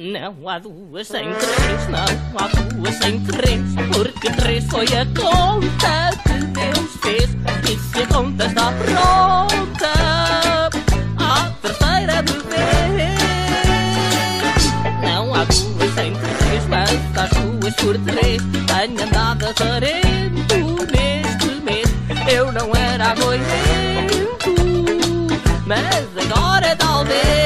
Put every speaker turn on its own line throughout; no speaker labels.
Não há duas sem três, não há duas sem três, porque três foi a conta que Deus fez. E se a conta está pronta, a terceira de vez. Não há duas sem três, mas às duas por três, tenho andado a sarento neste mês. Eu não era agoirento, mas agora talvez.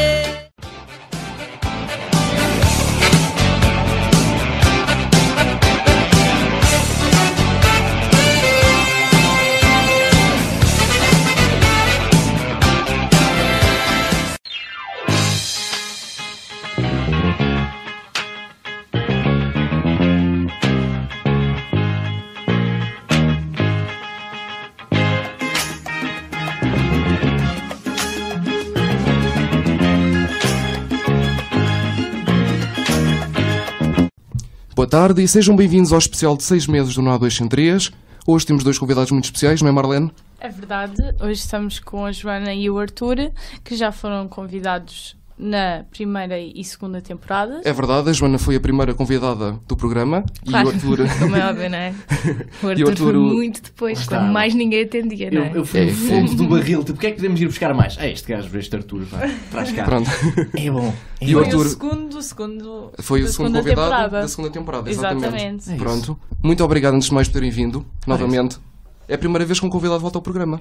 Boa tarde e sejam bem-vindos ao especial de 6 meses do Não 203. Hoje temos dois convidados muito especiais, não é Marlene?
É verdade, hoje estamos com a Joana e o Arthur, que já foram convidados na primeira e segunda temporada.
É verdade, a Joana foi a primeira convidada do programa e o Arthur...
Como é óbvio, não é? O Arthur,
Arthur,
foi
o-
muito depois, quando mais ninguém atendia, não
Eu,
é?
eu fui
É,
no fundo do barril, tipo, porque é que podemos ir buscar mais? É este gajo, este Arturo, vá, traz cá.
Pronto.
É bom. É
E o
Foi
bom.
Arthur-
o segundo, o segundo
Foi o segundo
da segunda
convidado
temporada.
da segunda temporada, exatamente.
Exatamente.
É isso.
Pronto. Muito obrigado antes de mais por terem vindo, novamente. É a primeira vez que um convidado volta ao programa.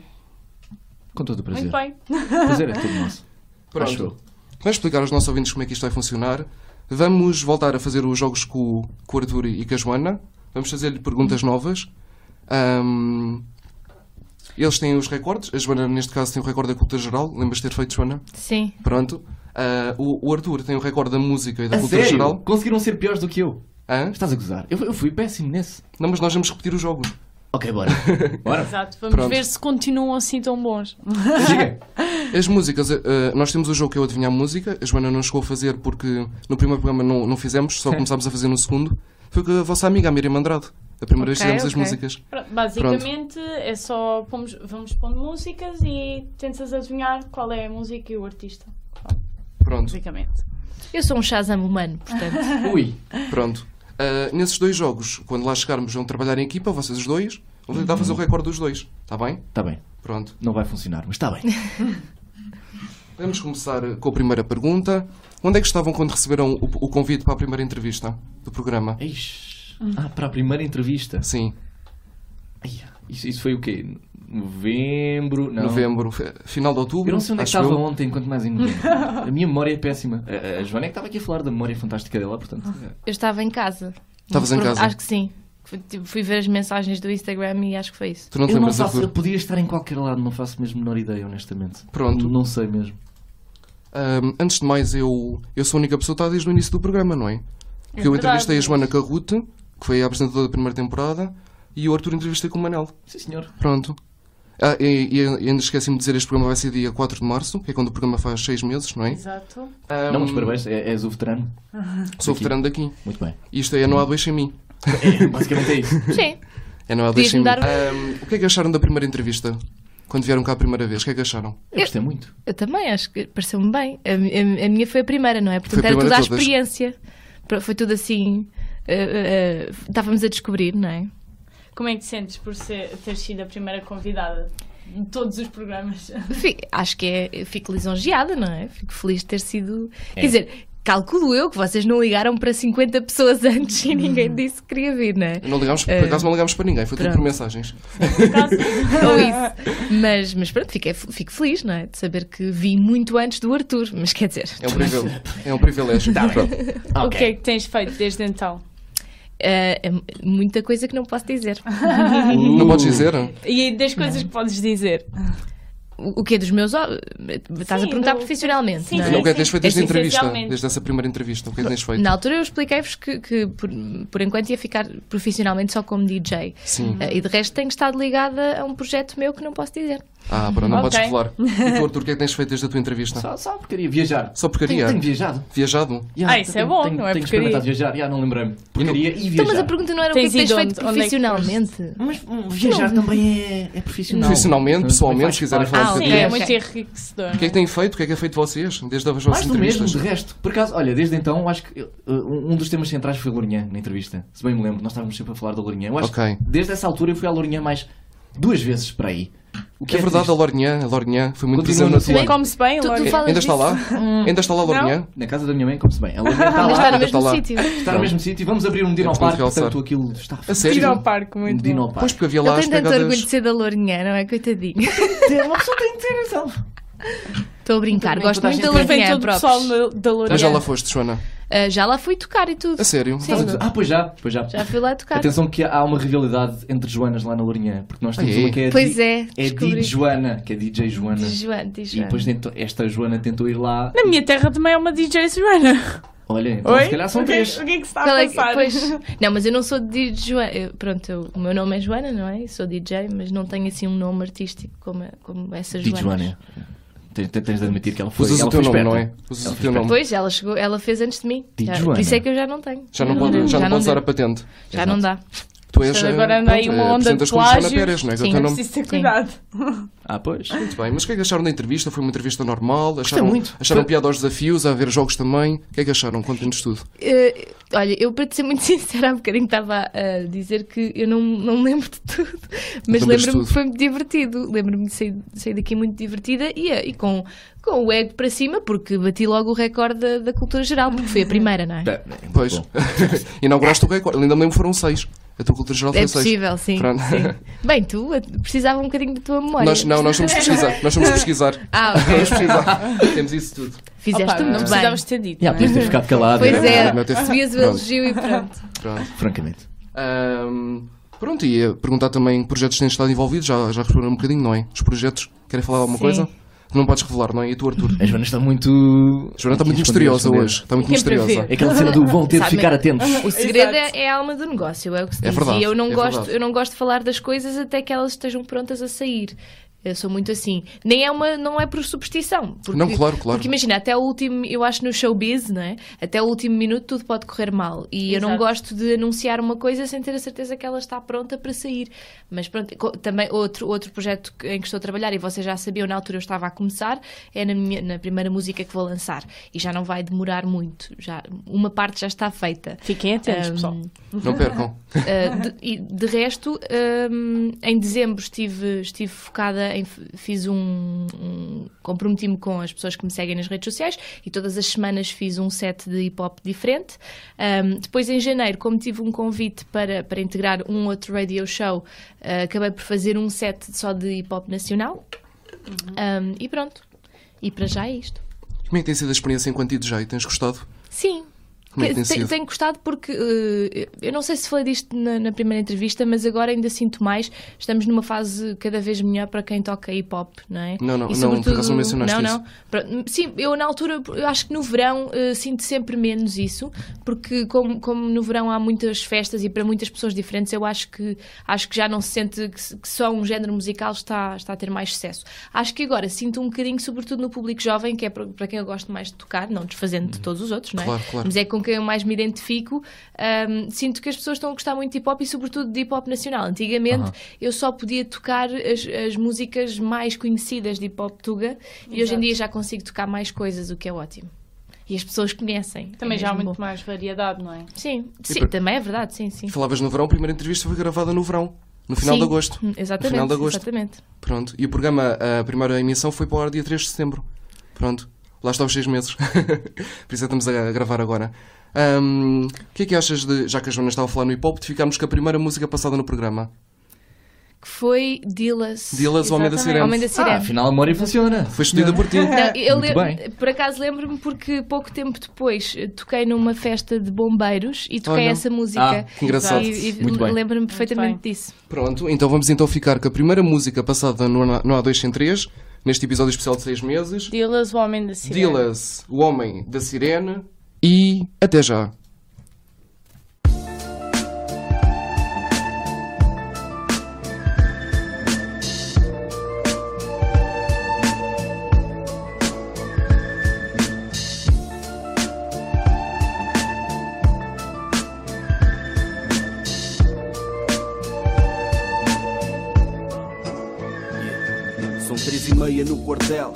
Com todo o prazer.
Muito bem.
O prazer é todo nosso.
Pronto.
Acho eu.
Vamos explicar aos nossos ouvintes como é que isto vai funcionar. Vamos voltar a fazer os jogos com, o- com o Arthur e com a Joana. Vamos fazer-lhe perguntas novas. Ahm, eles têm os recordes. A Joana, neste caso, tem o recorde da cultura geral. Lembras de ter feito, Joana?
Sim.
Pronto. Ah, o, o Arthur tem o recorde da música e da
A
cultura
sério?
geral.
Conseguiram ser piores do que eu.
Hã?
Estás a gozar? Eu, eu fui péssimo nesse.
Não, mas nós vamos repetir os jogos.
Ok, bora. Bora.
Exato, vamos
Pronto.
ver se continuam assim tão bons.
Chega.
As músicas, eh, eh, nós temos o jogo que eu adivinho a música, a Joana não chegou a fazer porque no primeiro programa não, não fizemos, só começámos a fazer no segundo. Foi com a vossa amiga, a Miriam Andrade. A primeira vez
Ok,
fizemos as
ok.
músicas.
Pronto, Basicamente é só pomos, vamos pondo músicas e tentas adivinhar qual é a música e o artista,
Pronto,
basicamente.
Eu sou um Shazam humano, portanto.
Ui.
pronto. Ah, nesses dois jogos, quando lá chegarmos, vão trabalhar em equipa, vocês os dois. Vamos tentar fazer o recorde dos dois, está bem?
Está Tá bem.
Pronto.
Não vai funcionar, mas está bem.
Vamos começar ah, com a primeira pergunta. Onde é que estavam quando receberam o, o convite para a primeira entrevista do programa?
Ixi. Ah, para a primeira entrevista.
Sim,
Ai, Isso, isso foi o quê? Novembro? Não.
novembro, fe- final de outubro.
Eu não sei onde é que
acho
estava
eu.
ontem, quanto mais em novembro. A minha memória é péssima. A, a Joana é que estava aqui a falar da memória fantástica dela, portanto.
Eu estava em casa.
Estavas em
Pro-
casa?
Acho que sim. Fui, tipo, fui ver as mensagens do Instagram e acho que foi isso.
Tu não te
eu não
lembras,
faço,
Arthur?
eu podia estar em qualquer lado, não faço mesmo a menor ideia, honestamente.
Pronto.
Não sei mesmo.
Ahm, Ah, antes de mais, eu, eu sou a única pessoa que está desde o início do programa, não é? Porque eu
verdade,
entrevistei a
mas-
Joana Carrute, que foi a apresentadora da primeira temporada, e o Arthur entrevistei com o Manel.
Sim, senhor.
Pronto. Ah, e, e ainda esqueci-me de dizer, este programa vai ser dia 4 de março, que é quando o programa faz 6 meses, não é?
Exato.
Ahm,
Não, mas parabéns, é- és o veterano.
Sou
Aqui.
veterano daqui.
Muito bem.
E Isto é, não há dois sem mim.
É, basicamente é isso.
Sim.
É, não há dois
Podias
sem mim.
mudar o-
Ahm, o que é que acharam da primeira entrevista? Quando vieram cá a primeira vez, o que é que acharam?
Eu gostei muito.
Eu também, acho que pareceu-me bem. A, a- a minha foi a primeira, não é? Portanto,
Foi a
era tudo
primeira
à
de todas.
experiência. Pro- Foi tudo assim. eh, eh, estávamos a descobrir, não é?
Como é que te sentes por ser, ter sido a primeira convidada de todos os programas?
Fi- acho que é. eu Fico lisonjeada, não é? Fico feliz de ter sido.
É.
Quer dizer, calculo eu que vocês não ligaram para 50 pessoas antes e
Hum.
ninguém disse que queria vir, não é?
Não ligámos, por
Ah,
acaso não ligámos para ninguém, foi tudo por
pronto.
mensagens.
Por acaso,
Ou isso. Mas, mas pronto, fiquei- fico feliz, não é? De saber que vi muito antes do Arthur. Mas quer dizer,
É um privilégio. É um privilégio. Pronto.
Ah,
o que é que tens feito desde então?
eh, é muita coisa que não posso dizer.
Não podes dizer?
E das coisas que podes dizer?
O, o que é dos meus. ó- Estás
Sim,
a perguntar
do-
profissionalmente,
Sim,
não é?
Não, o que é que tens
Sim,
feito desde a
sim,
entrevista?
essencialmente.
Desde essa primeira entrevista, o que é que tens feito?
Na altura eu expliquei-vos que, que por, por enquanto ia ficar profissionalmente só como DJ.
Sim.
Eh, e de resto tenho estado ligada a um projeto meu que não posso dizer.
Ah, pronto, não
Ok.
podes revelar. E tu, Arthur, o que é que tens feito desde a tua entrevista?
Só, só porcaria, viajar.
Só porcaria?
Tenho, tenho viajado.
Viajado?
Já,
Ah, isso é bom,
tenho,
não é porcaria.
tenho experimentado viajar, já não lembrei-me. Porcaria e viajar.
Então, mas a pergunta não era o que é
Tens
que tens
ido
feito
onde- onde é que
profissionalmente.
Mas hum, viajar também é, é profissional.
Profissionalmente,
Também
pessoalmente,
faz
se quiserem
parte.
falar
Ah,
um
Sim,
ok,
bocadinho.
é
ok.
muito enriquecedor.
O que é que têm feito? O que é que é feito vocês desde as vossas
Mais do mesmo,
entrevistas?
de resto. Por acaso, olha, desde então, eu acho que uh, um dos temas centrais foi a Lourinhã, na entrevista. Se bem me lembro, nós estávamos sempre a falar da Lourinhã. Eu acho
Ok.
que desde essa altura eu fui à Lourinhã mais duas vezes para aí. O
É verdade,
triste.
a Lornhã, a Lornhã foi muito
Continua
presente
no
na
seu
tua.
Também come-se bem,
Tu- tu
Lória?
falas-
Ainda está lá? Ainda está lá a Lornhã?
Na casa da minha mãe, come-se bem. A Lourinhã está
Mas
Tá lá, Tá
está no
ainda está
mesmo
lá.
sítio.
está no mesmo sítio e vamos abrir
É
um dinoparque,
realçar.
portanto aquilo está
A
Ir ao
sério?
parque,
Um
muito bom.
dinoparque.
Pois, porque havia lá
Ele
as
tem tanto orgulho de
pegadas.
ser da Lourinhã, não é? Coitadinho.
Tem- Uma pessoa tem de ter, então.
Estou a brincar,
Também
gosto
toda a
muito da
Depois
gente
vem
Lourinhã,
todo o
props.
pessoal na- da Lória.
Mas já lá foste, Joana.
Ah, já lá fui tocar e tudo.
A sério? Então,
Sim.
Estás a gozar? Ah, pois já, pois já.
Já fui lá tocar.
Atenção que há uma rivalidade entre Joanas lá na Lourinhã, porque nós temos
Ai,
uma que é
Pois
Di-
é,
é
descobri.
Di Joana, que é DJ Joana.
Diz Joana, diz
E
Joana.
depois tentou- esta Joana tentou ir lá.
Na minha terra também é uma DJ Serena.
Olha, então
Oi?
se calhar são
o, que,
três.
o que é que se está
Qual
a
é que-
passar?
pois- não, mas eu não sou de Joana. eu- Pronto, eu- o meu nome é Joana, não é? Eu sou DJ, mas não tenho assim um nome artístico como, como essa
Di
Joana.
Joana. Tens, tens de admitir que ela foi.
Usas
ela
o teu
foi
nome,
esperta.
não é? Usas
Ela
o
foi
teu
esperta.
nome.
Pois, ela, chegou, ela fez antes de mim.
Di
Já-
Joana.
Por isso é que eu já não tenho.
Já não pode já não pode usar a patente.
Já não dá.
Tu és.
Mas
eh,
agora anda aí
pronto,
uma
eh,
onda de
apresentas como Joana
plágio.
Pérez, não é? Que é o
Sim,
teu
não
nome.
Preciso ter
Sim.
cuidado.
Ah, pois.
Muito bem, mas o que é que acharam da entrevista? Foi uma entrevista normal? Acharam,
muito.
acharam
Foi-
piada aos desafios? A haver jogos também? O que é que acharam? Contem-nos tudo.
Eh, olha, eu para te ser muito sincera, há bocadinho estava a dizer que eu não, não me lembro de tudo, mas
Não lembras de
lembro-me
tudo.
que foi muito divertido. Lembro-me de sair, sair daqui muito divertida e, eh, e com, com o ego para cima, porque bati logo o recorde da, da cultura geral, porque foi a primeira, não é?
Tá, é,
Pois.
bom.
Inauguraste o recorde. Ainda me lembro que foram seis. A tua cultura geral foi
É
seis.
possível, sim.
Pronto.
Bem, tu eh, precisava um bocadinho da tua memória.
Nós, não, nós vamos pesquisar. Nós vamos pesquisar.
Ah, ok.
Vamos pesquisar. Temos isso tudo.
Fizeste
Opa, não
muito bem.
precisavas ter dito.
Já
não é?
podias ter ficado
Ah,
calado. né?
Pois
era-
é,
Não, não teve-
recebias o
Pronto.
elogio e pronto.
Pronto.
Francamente.
Ahm, pronto, e ia perguntar também que projetos têm estado envolvidos. Já, já responderam um bocadinho, não é? Os projetos. Querem falar alguma
Sim.
coisa? Não podes revelar, não é? E tu, Arthur?
A Joana está muito.
A Joana está muito
Esconder,
misteriosa
esconder.
hoje. Está muito
Quem prevê?
misteriosa.
É aquela cena do vão ter de
Sabe-
ficar atentos.
O segredo é, é a alma do negócio, é o que se
É
diz.
verdade,
e eu não,
é
gosto,
verdade.
eu não gosto de falar das coisas até que elas estejam prontas a sair. Eu sou muito assim. Nem é uma, não é por superstição. Porque,
Não, claro, claro.
Porque imagina, até o último, eu acho no showbiz, não é? Até o último minuto tudo pode correr mal. E eu não
Exato.
gosto de anunciar uma coisa sem ter a certeza que ela está pronta para sair. Mas pronto, co- também outro, outro projeto que- em que estou a trabalhar, e vocês já sabiam, na altura eu estava a começar, é na, minha- na primeira música que vou lançar. E já não vai demorar muito. Já, uma parte já está feita.
Fiquem atentos,
Um,
pessoal.
Não percam.
Uh, de, e de resto, um, em dezembro estive, estive focada em. Fiz um. um- comprometi-me com as pessoas que me seguem nas redes sociais e todas as semanas fiz um set de hip hop diferente. Um, depois, em janeiro, como tive um convite para, para integrar um outro radio show, uh, acabei por fazer um set só de hip hop nacional. Um, e pronto. E para já é isto.
Como é que tem sido a experiência enquanto DJ? Tens gostado?
Sim.
Como é que tem
Te-
sido?
Tenho gostado porque eh, eu não sei se falei disto na, na primeira entrevista, mas agora ainda sinto mais. Estamos numa fase cada vez melhor para quem toca hip hop, não é?
Não, não, não,
E sobretudo-
por acaso não mencionaste
não,
isso.
não. Pronto, Sim, eu na altura, eu acho que no verão eh, sinto sempre menos isso, porque como, como no verão há muitas festas e para muitas pessoas diferentes, eu acho que, acho que já não se sente que, se- que só um género musical está, está a ter mais sucesso. Acho que agora sinto um bocadinho, sobretudo no público jovem, que é para, para quem eu gosto mais de tocar, não desfazendo de todos os outros, não
Hum.
é?
Claro, claro.
Mas é com quem eu mais me identifico. Ahm, sinto que as pessoas estão a gostar muito de hip hop e, sobretudo, de hip hop nacional. Antigamente eu só podia tocar as, as músicas mais conhecidas de hip hop tuga e hoje em dia já consigo tocar mais coisas, o que é ótimo. E as pessoas conhecem.
Também
É
já há
mesmo
muito
bom.
mais variedade, não é?
Sim, sim
per-
também é verdade, sim, sim.
Falavas no verão, a primeira entrevista foi gravada no verão, no final
Sim.
de agosto.
Hum, Exatamente.
No final de agosto.
Exatamente.
Pronto. E o programa, a primeira emissão foi para o ar dia 3 de setembro. Pronto. Lá está os seis meses. Por isso é que estamos a gravar agora. Ahm, O que é que achas de, já que a Joana estava a falar no hip hop, de ficarmos com a primeira música passada no programa?
Que foi Dillas.
Dilas, o Homem da
Exatamente.
Sirene.
Homem da
Ah,
Sirene.
afinal a memória funciona.
Foi escolhida por ti.
Não, eu
Muito
lem-
bem.
Por acaso lembro-me porque pouco tempo depois eh, toquei numa festa de bombeiros e toquei
Olha.
essa música.
Ah, que engraçado.
E, e
Muito bem.
lembro-me perfeitamente
Muito
disso.
Pronto, então vamos então ficar com a primeira música passada no, no A203, neste episódio especial de seis meses.
Dilas, o homem da cidade.
Dilas, o Homem da Sirene. E até já.
Dilas, meia no quartel.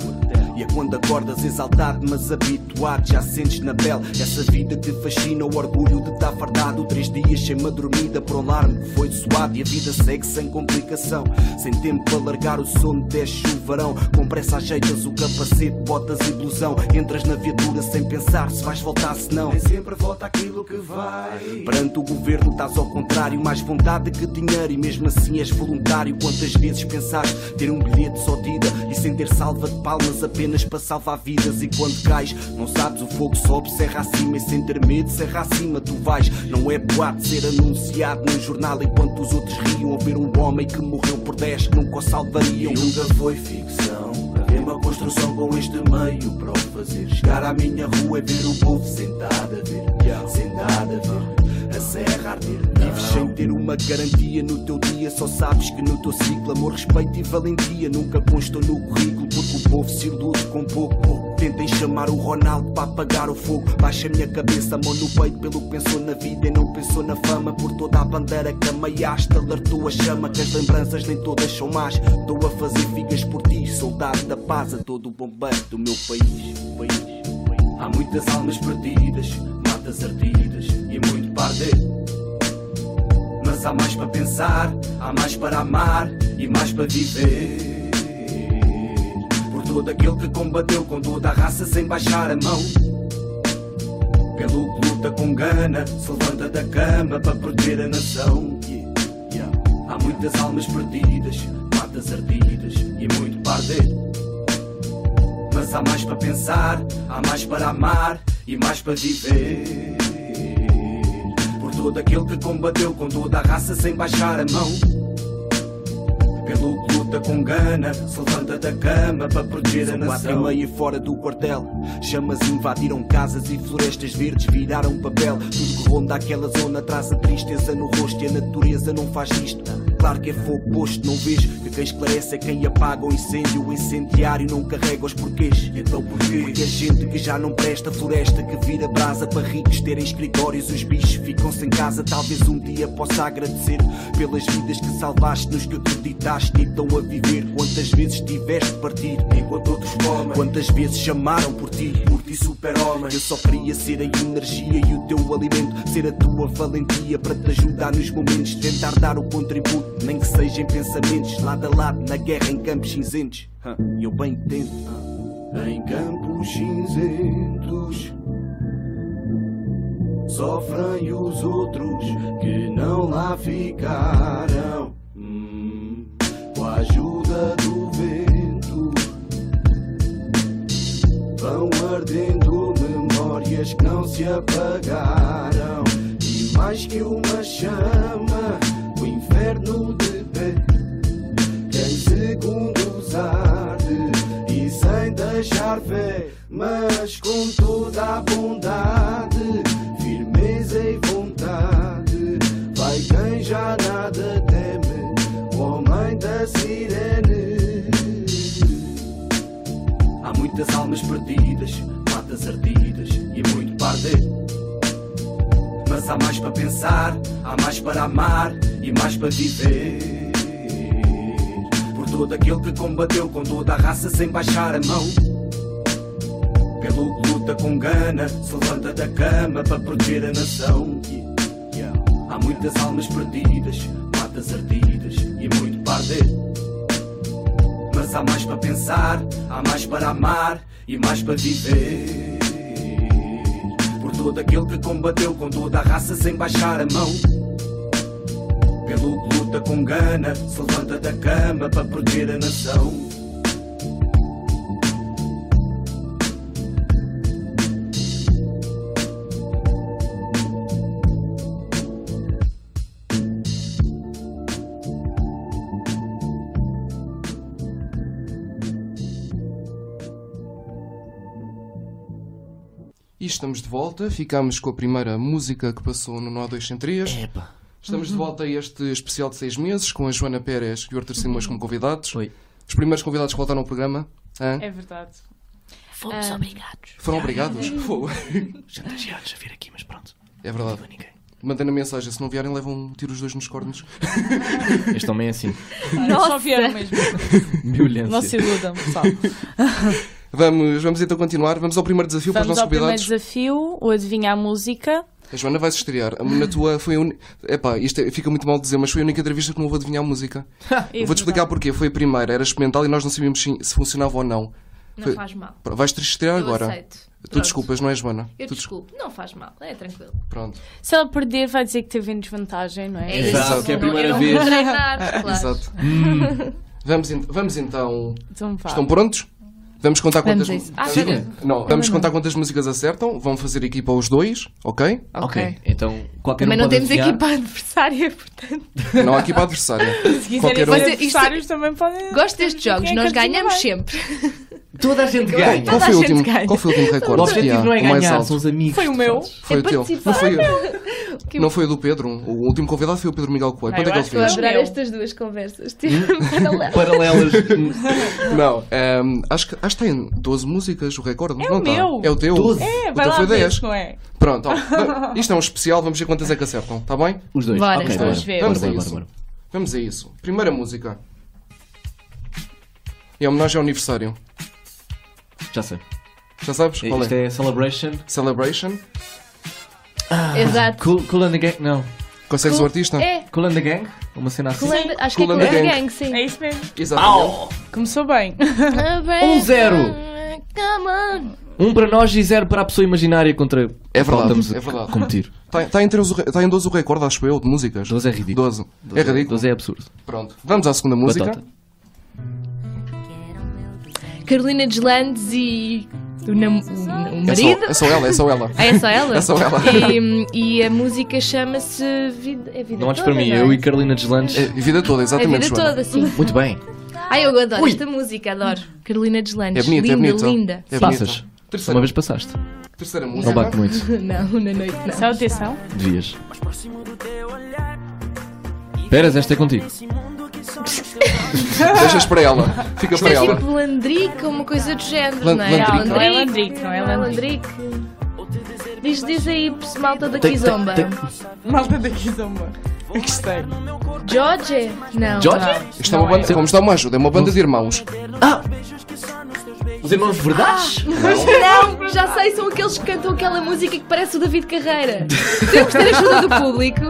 E é quando acordas exaltado, mas habituado, já sentes na pele. Essa vida te fascina, o orgulho de estar fardado. Três dias sem uma dormida, pro alarme que foi suado. E a vida segue sem complicação. Sem tempo para largar o sono, desce o varão. Com pressa ajeitas o capacete, botas ilusão. Entras na viatura sem pensar se vais voltar, se não. Nem sempre volta aquilo que vai. Perante o governo estás ao contrário, mais vontade que dinheiro. E mesmo assim és voluntário. Quantas vezes pensaste ter um bilhete só tida e sem ter salva de palmas apenas para salvar vidas? E quando cais, não sabes, o fogo sobe, serra acima. E sem ter medo, serra acima tu vais. Não é boato ser anunciado num jornal enquanto os outros riam a ver um homem que morreu por 10 que nunca o salvariam. nunca foi ficção. É uma construção com este meio para o fazer. Chegar à minha rua e ver o povo sentado a ver, sentado a ver, a serra a arder. Vives sem ter uma garantia no teu dia, só sabes que no teu ciclo amor, respeito e valentia nunca constam no currículo, porque o povo se ilude com pouco. Tentem chamar o Ronaldo para apagar o fogo. Baixa a minha cabeça, mão no peito, pelo que pensou na vida e não pensou na fama. Por toda a bandeira que amaiaste, alertou a chama. Que as lembranças nem todas são más. Estou a fazer figas por ti, soldado da paz, a todo o bombeiro do meu país. país, país. Há muitas almas perdidas, matas ardidas e muito parder. Mas há mais para pensar, há mais para amar e mais para viver. Por todo aquele que combateu com toda a raça sem baixar a mão. Pelo que luta com gana, se levanta da cama para proteger a nação. Yeah, yeah. Há muitas almas perdidas, matas ardidas e muito parder. Mas há mais para pensar, há mais para amar e mais para viver. Por todo aquele que combateu com toda a raça sem baixar a mão. Pelo que luta com gana, se levanta da cama para proteger a nação. Quatro e meia fora do quartel, chamas invadiram casas e florestas verdes viraram papel. Tudo que ronda aquela zona traz a tristeza no rosto e a natureza não faz isto. Claro que é fogo posto, não vês que quem esclarece é quem apaga o incêndio. O incendiário não carrega os porquês. Então porquê? Porque a gente que já não presta, floresta que vira brasa para ricos terem escritórios. Os bichos ficam sem casa. Talvez um dia possa agradecer pelas vidas que salvaste, nos que acreditaste e estão a viver. Quantas vezes tiveste de partir, enquanto outros comem. Quantas vezes chamaram por ti, por ti super-homem. Eu só queria ser a energia e o teu alimento, ser a tua valentia para te ajudar nos momentos. Tentar dar o contributo nem que seja em pensamentos, lado a lado, na guerra em campos cinzentos. Hã, Eu bem entendo. Em campos cinzentos sofrem os outros que não lá ficaram. Hum, Com a ajuda do vento vão ardendo memórias que não se apagaram. E mais que uma chama, o inferno de pé. Quem segundos arde e sem deixar fé, mas com toda a bondade, firmeza e vontade, vai quem já nada teme, o homem da sirene. Há muitas almas perdidas, matas ardidas e muito parder. Mas há mais para pensar, há mais para amar e mais para viver. Por todo aquele que combateu com toda a raça sem baixar a mão. Pelo que luta com gana, se levanta da cama para proteger a nação. Yeah. Há muitas almas perdidas, matas ardidas e muito parder. Mas há mais para pensar, há mais para amar e mais para viver. Por todo aquele que combateu com toda a raça sem baixar a mão. Pelo que luta com gana, se levanta da cama para proteger a nação.
E estamos de volta, ficamos com a primeira música que passou no Nó 203.
Epa. Uhum.
Estamos de volta a este especial de seis meses com a Joana Pérez e o Arthur Simões como convidados.
Uhum. Oi.
Os primeiros convidados que voltaram ao programa hã?
É verdade.
Fomos obrigados.
foram obrigados. Fogo.
Chantageados a vir aqui, mas pronto.
é verdade.
Não ninguém.
Mandando a mensagem, se não vierem, levam um tiro os dois nos cornos.
Este também é assim.
Só vieram mesmo.
Violência.
Não se iludam, pessoal.
Vamos, vamos então continuar. Vamos ao primeiro desafio para os
Vamos
nossos
ao primeiro
convidados.
desafio, o adivinhar a música.
A Joana vai se estrear. A- Na tua foi a única. Epá, isto é- fica muito mal dizer, mas foi a única entrevista que não vou adivinhar a música.
E
Vou-te explicar
verdade.
porquê. Foi a primeira, era experimental e nós não sabíamos se se funcionava ou não.
Não
Foi-
faz mal.
Pr- Vais-te estrear
Eu
agora.
aceito.
Tu
Pronto.
desculpas, não é, Joana?
Eu
tu
desculpo. Não faz mal. É tranquilo.
descul- Pronto.
Se ela perder, vai dizer que teve em desvantagem, não é?
É
Exato,
isso.
que é a
Não- eu
primeira
não
vez.
vou treinar, claro.
Exato. Vamos, en- vamos então.
Então vá.
Estão prontos? Vamos contar
Vamos
quantas.
a isso.
mu-
Ah,
Sim.
chega.
Não, vamos contar quantas músicas acertam. Vão fazer equipa os dois, ok?
Ok. Então, qualquer
Também
um
não
pode
temos
adivinhar.
equipa adversária, portanto.
Não há equipa adversária.
Se quiserem
Qualquer um.
fazer
Mas isto-
adversários, também podem.
Gosto destes
Quem é
jogos,
que
nós
adivinha
ganhamos
bem?
sempre.
Toda a gente ganha.
Qual
Toda
foi, o
a gente
último,
ganha.
qual foi o último recorde?
O
que há?
objetivo não é
O mais
ganhar,
alto.
são os amigos.
Foi o meu.
sabes?
Então Foi
É
o teu.
participar.
Não foi, não foi o do Pedro. O último convidado foi o Pedro Miguel Coelho.
Ah,
Quanto é
eu
que ele
acho que eu
fez?
Estou a adorar
Meu.
estas duas conversas. Tipo, paralelo.
Paralelas. hum,
Não, ehm, acho, que, acho que tem 12 músicas o recorde.
É
não
o
tá?
meu.
É o teu.
12.
É,
o
vai
teu
lá
foi
ver,
10.
não é?
Pronto, ó, va- isto é um especial. Vamos ver quantas é que acertam, está bem?
Os dois.
Bora,
Ok,
os
bora.
dois ver.
Bora,
Vamos a
bora,
isso.
bora, bora.
Vamos a isso. Primeira música. É homenagem ao aniversário.
Já sei.
Já sabes qual
Isto
é?
é Celebration.
Celebration.
Exato.
Cool, cool and the Gang. Não.
Consegues o artista?
É,
Cool and the Gang? Uma cena assim.
cool and- acho que é
Cool
Cool
and
and
Gang.
Gang, sim.
É isso mesmo.
Exatamente.
Começou bem.
Um
1-0.
Come on.
Um para nós e zero para a pessoa imaginária contra.
É verdade,
Estamos a
é verdade.
competir.
Está em, 13 o re- tá em 12 o recorde, acho eu, de músicas.
12 é ridículo.
12. É ridículo.
12 é absurdo.
Pronto. Vamos à segunda música.
Batata.
Carolina Deslandes e o, nam- o- o
É só,
marido.
é só ela, é só ela.
Ah, é só ela?
É só ela.
E, e a música chama-se Vida. É vida
Não olhes
toda,
para mim,
não é?
eu e Carolina Deslandes.
É, vida toda,
A
exatamente,
vida
Joana.
toda, sim.
Muito bem.
Ai, eu adoro esta música, adoro. Carolina Deslandes.
É bonita,
linda,
é bonita.
linda.
É bonita.
Passas.
Terceira,
Uma vez passaste.
terceira
Não
música.
bate muito.
Não, na noite não.
Só Então, atenção.
Devias. Peras, esta é contigo.
Deixas para ela. Fica para
É
ela.
tipo Landrica, uma coisa do género,
Lan-
não é?
Landrica.
Não, não é Landrica, não é
Landrica. Diz, diz aí, malta da
Tem- tem-
Kizomba.
tem-
Malta daqui zomba.
É
Eu gostei.
Jorge? Não.
Jorge?
Isto é uma banda, vamos dar uma ajuda, é uma banda de irmãos.
Os irmãos verdades?
Não, já sei, são aqueles que cantam aquela música que parece o David Carreira. Temos que ter ajuda do público.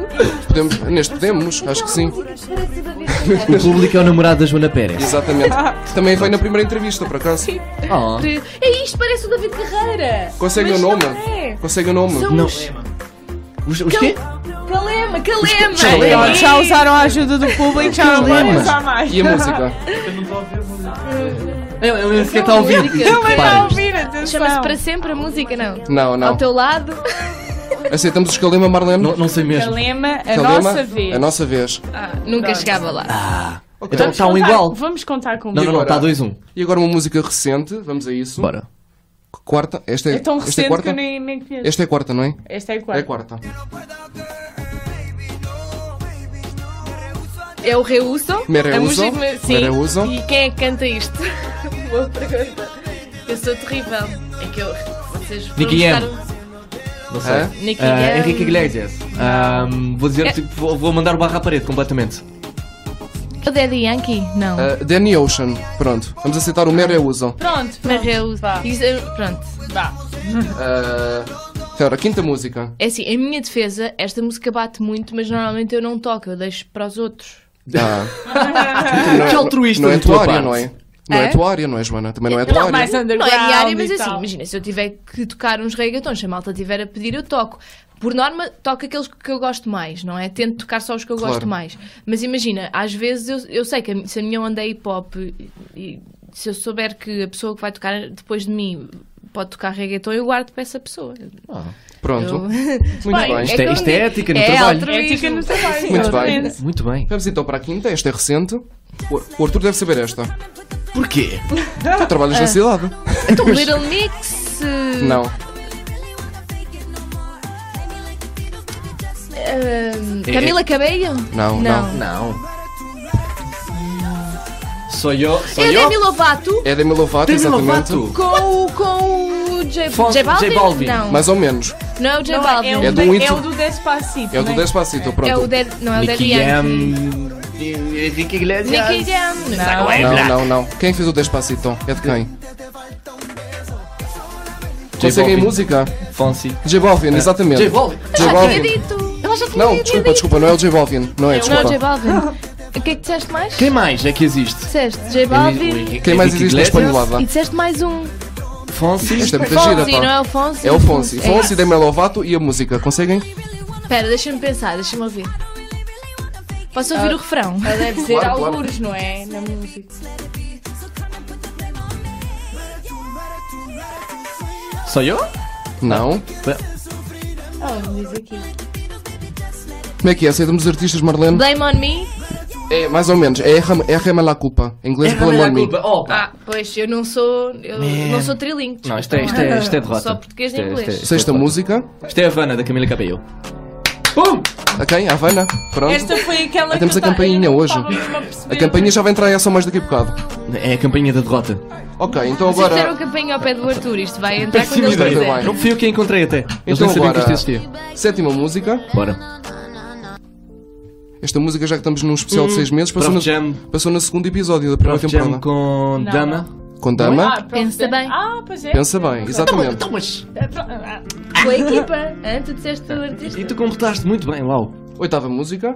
Podemos, neste podemos, acho que sim.
Aquela música que parece o David Carreira.
O público é o namorado da Joana Pérez.
Exatamente. Também foi na primeira entrevista, por acaso.
Oh.
É isto, parece o David Carreira.
Consegue o
Mas
nome?
não é.
Consegue o nome?
São
Não.
os...
Os, os quê?
Calema, calema.
Calema.
Sim.
Já usaram a ajuda do público, já não vão usar mais.
E a música?
é
Ele, ele nem sequer um está a ouvir.
Não vai
Para.
lá ouvir, atenção.
Chama-se para sempre a música, não?
Não, não.
Ao teu lado.
Aceitamos o escalema, Marlene?
Não, não sei mesmo.
Calema, a
Escalema?
nossa vez.
A nossa vez.
Nunca chegava lá. é
Ok.
Então está um igual.
Vamos contar com o
Não, não, não,
agora?
está 2-1.
E agora uma música recente, vamos a isso.
Bora.
Quarta. Esta é,
É tão
esta
recente
é
que
quarta?
eu nem, nem conheço.
Esta é quarta, não é?
Esta é a
É
quarta.
quarta.
É o Reuso.
Mera
A
Uso.
música- Sim.
Mera Uso.
assim. E quem é que canta isto? Boa pergunta. Eu sou terrível. É que eu. Vocês vão
Nicky
estar-
Jam. Não sei.
Hã?
Nicky
Ah,
Jam.
Henrique Iglesias. Ahm, vou dizer,
É.
tipo, vou, vou mandar o barro à parede completamente.
O Daddy Yankee? Não.
Uh, Danny Ocean. Pronto. Vamos aceitar o Mera Uso.
Pronto,
Mas
pronto.
eu.
Vá.
Isso, eh, pronto.
Vá.
Uh, espera, quinta música.
É assim, em minha defesa, esta música bate muito, mas normalmente eu não toco, eu deixo para os outros.
Ah. Não é-
Que altruísta
Não é
da
a tua
tua
área,
parte.
não é? Não é a
É?
tua área, não é, Joana? Também não é a tua
Não,
área.
mais
Não
underground
é diária, mas
e
assim,
tal.
imagina, se eu tiver que tocar uns reggaetons, se a malta tiver a pedir, eu toco. Por norma, toco aqueles que eu gosto mais, não é? Tento tocar só os que eu
Claro.
gosto mais. Mas imagina, às vezes eu, eu sei que a- se a minha onda é hip hop e, e se eu souber que a pessoa que vai tocar depois de mim pode tocar reggaeton, eu guardo para essa pessoa.
Pronto.
Eu-
Muito
Bem,
bem.
Isto é-
como
isto é
digo,
ética no
é
trabalho.
altruísmo.
Ética tipo é no trabalho.
Muito bem.
exatamente.
Muito bem.
Vamos então para a quinta. Esta é recente. O o Arthur deve saber esta.
Porquê?
Tu trabalhas na cidade.
Então, Little Mix. eh,
Não.
Ahm, eh, Camila Cabello?
Não, não.
Não. Sou eu. Sou
É
eu.
Demi Lovato
É Demi Lovato,
Demi
exatamente.
Lovato.
com o, com o J,
Fon-
J Balvin?
J Balvin.
Não.
Mais ou menos.
Não é o J
Não, é,
Balvin.
o
É do
de-
intro-
é o do Despacito.
É o do
né?
Despacito, pronto.
É o Dead, não é o Daddy
Nicky Jam.
Yankee.
Nicky Iglesias.
Nicky Jam.
Saca o
Não. é
F.
Não, não, não. Quem fez o Despacito? É de quem?
J
Conseguem
Balvin.
música?
Fonsi.
J Balvin, exatamente.
J Balvin.
J
Já tinha
Balvin.
dito. Ela já tinha
Não,
dito.
desculpa, desculpa, não é o J Balvin. Não é,
Não é o J
desculpa.
Balvin. O que é que disseste mais?
Quem mais é que existe?
Disseste J Balvin.
Quem
É
mais existe na espanholada?
E disseste mais um.
Fonsi.
Isto é muita gira,
Fonsi, não
pá.
é o Fonsi?
É o Fonsi. Fonsi,
É.
Demi Lovato e a música. Conseguem?
Espera, deixa-me pensar, deixa-me ouvir. Posso ouvir o refrão?
Ela deve ser
Claro,
"Ah,
claro.
algures, não é? Na música.
Sou eu?
Não.
Ela me diz aqui.
Como é que é? Aceita dos artistas, Marlene?
Blame on me?
É, mais ou menos. É RM La Culpa. Em
É
inglês, Blame on Me.
Opa.
Ah, pois, eu não sou. Eu não sou trilingue.
Não, isto é, isto é, isto é derrota.
Só português e
Isto é-
inglês.
isto é- isto é
Sexta
derrota.
música.
Isto é a Havana da Camila Cabello. Pum!
A quem? A Havana. Pronto.
Esta foi aquela
Ah, temos
que
a campainha hoje. A campainha já vai entrar em ação mais daqui a bocado.
É a campainha da derrota.
Ok, então
Vocês fizeram
agora.
a campanha ao pé do Arthur, isto vai entrar quando
Péssima
ele
ideia.
quiser.
Vai.
Não fui eu que a encontrei até. Eles
Então
nem sabiam que isto
agora-
existia.
Sétima música.
Bora.
Esta música, já que estamos num especial de seis meses, passou
Hum. Prof.
no,
Jam.
passou no segundo episódio da primeira
Prof Jam
temporada.
com
Não.
Dama.
Com Dama.
é?
Pensa bem.
Ah, é, pois é.
Pensa bem, exatamente.
Foi a equipa. Hã? Tu disseste o artista.
E tu completaste muito bem, uau.
Oitava música.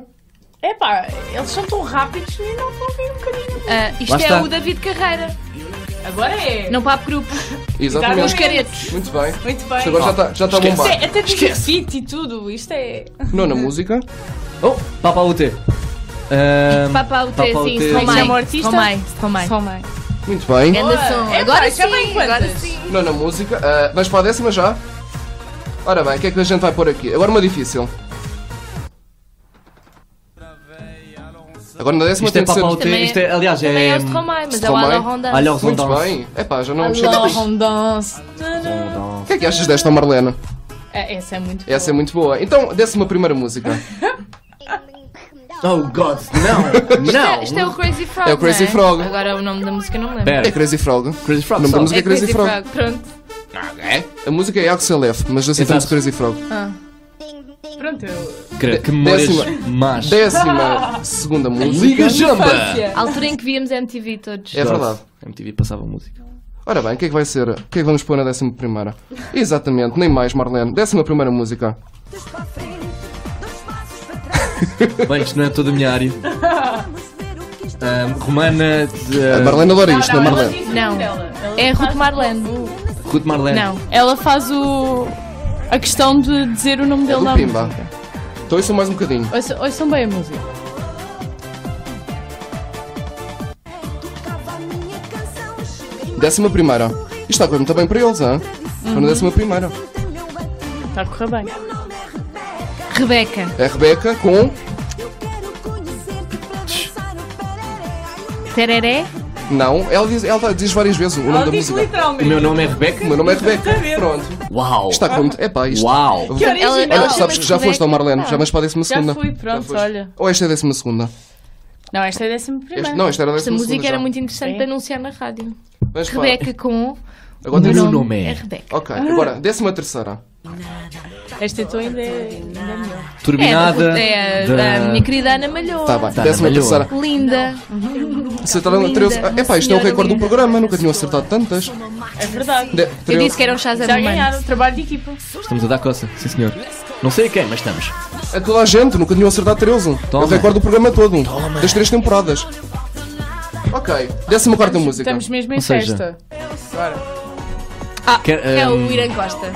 Epá, eles são tão rápidos e não vão vir um bocadinho.
Ah, isto
Lá
é
está.
o David Carreira.
Agora é.
Não papo grupo.
Não.
Os
Exatamente.
caretos.
Muito bem.
Muito
Isto
bem.
agora já está já tá a
Isto
bombar.
é, até tem fit e tudo. Isto é.
Nona música.
Oh, Papa UT. Ahm,
Papa UT,
Papa
sim.
UT.
Stromae.
Como é que chama o artista?
Stromae. Stromae.
Só mãe.
Muito bem.
Ganda som.
Epá,
Agora
já vem
sim,
quantas?
agora sim.
Nona música. Ah, vais para a décima já? Ora bem, o que é que a gente vai pôr aqui? Agora uma difícil. Agora na décima
Isto é
tem que ser.
Papa UT.
Também é-
Isto é, aliás,
Também é
é.
o Stromae, mas é o
Stromae.
Alain Ronda.
Olha o
Muito
Rondon.
bem. Epá, já não chega
Alô,
mais. O
Rondance.
Rondon.
que é que achas desta, Marlena?
É, Essa é muito boa.
Essa é muito boa. Então, décima primeira música.
Oh, God. Não, não.
Isto é o Crazy Frog.
É o Crazy
não
Frog.
Agora o nome da música não me lembro.
Pera.
É Crazy Frog.
Crazy Frog.
Não
só.
vamos-
É
Crazy
Crazy
Frog.
Frog, pronto.
A música é Axel F, mas aceitamos
Exato.
Crazy Frog.
Pronto, eu.
Cra-
é assim,
Que memórias
Décima.
más.
Décima segunda música.
Liga Jamba.
Ah.
Infância.
A altura em que víamos MTV todos.
É verdade.
A MTV passava música.
Ora bem, o que é que vai ser? O que é que vamos pôr na décima primeira? Exatamente, nem mais, Marlene. Décima primeira música.
Bem, isto não é toda a minha área. Ahm, Romana de.
A Marlene adora isto, não é,
ela
Marlene?
diz o
Não.
nome dela. Ela
É a
faz-
Ruth Marlene.
Ruth Marlene.
Não.
Ela faz o. a questão de dizer o nome dele
É Do
na
Pimba.
música.
Então isso é mais um bocadinho.
Ouçam, ouçam bem a música.
Décima primeira. Isto está a correr muito bem para eles, hã? Estou na décima primeira.
Está a correr bem.
Rebeca.
É a Rebeca com...
Tereré.
Não, ela diz, ela diz várias vezes o nome
Ela
da
diz
música.
O
literalmente.
meu nome é Rebeca.
O meu nome é Rebeca.
Exatamente.
Pronto.
Uau.
Está a correr muito... Epá, isto... É
Uau.
Vou-
Que original.
Ela-
Olha,
Já
ela-
sabes que já
chama-se
foste ao Marlene,
Rebeca.
já vais para a décima segunda.
fui, pronto,
foste.
olha.
Ou esta é a décima segunda?
Não, esta é a décima primeira.
Este- não, esta era a
Esta
décima
música
segunda
era
já.
muito interessante
Sim.
de anunciar na rádio.
Mas, pá,
Rebeca com.
Agora
Meu
temos...
nome é-
Rebeca.
Ok, agora, décima terceira.
Esta tua ainda é, ainda é melhor.
Turbinada.
É, da,
da-
da minha querida Ana Malhoa.
Está bem,
Tá,
décima
malhou.
terceira.
Linda.
Acertaram
Linda,
13. Ah, Epá, isto é o
senhora
recorde do
linda.
programa, nunca tinham acertado tantas.
É verdade.
De-
Eu
treze.
disse que um eram chás
Já
alemães.
ganharam, trabalho de equipa.
Estamos a dar coça, sim senhor. Não sei a quem, mas estamos.
é-
A toda a gente, nunca tinham acertado 13. É o
Toma.
recorde do programa todo, das três temporadas. Ok, décima quarta música.
Estamos mesmo em
Ou seja,
festa.
Quer,
É
ahm,
o Irã Costa.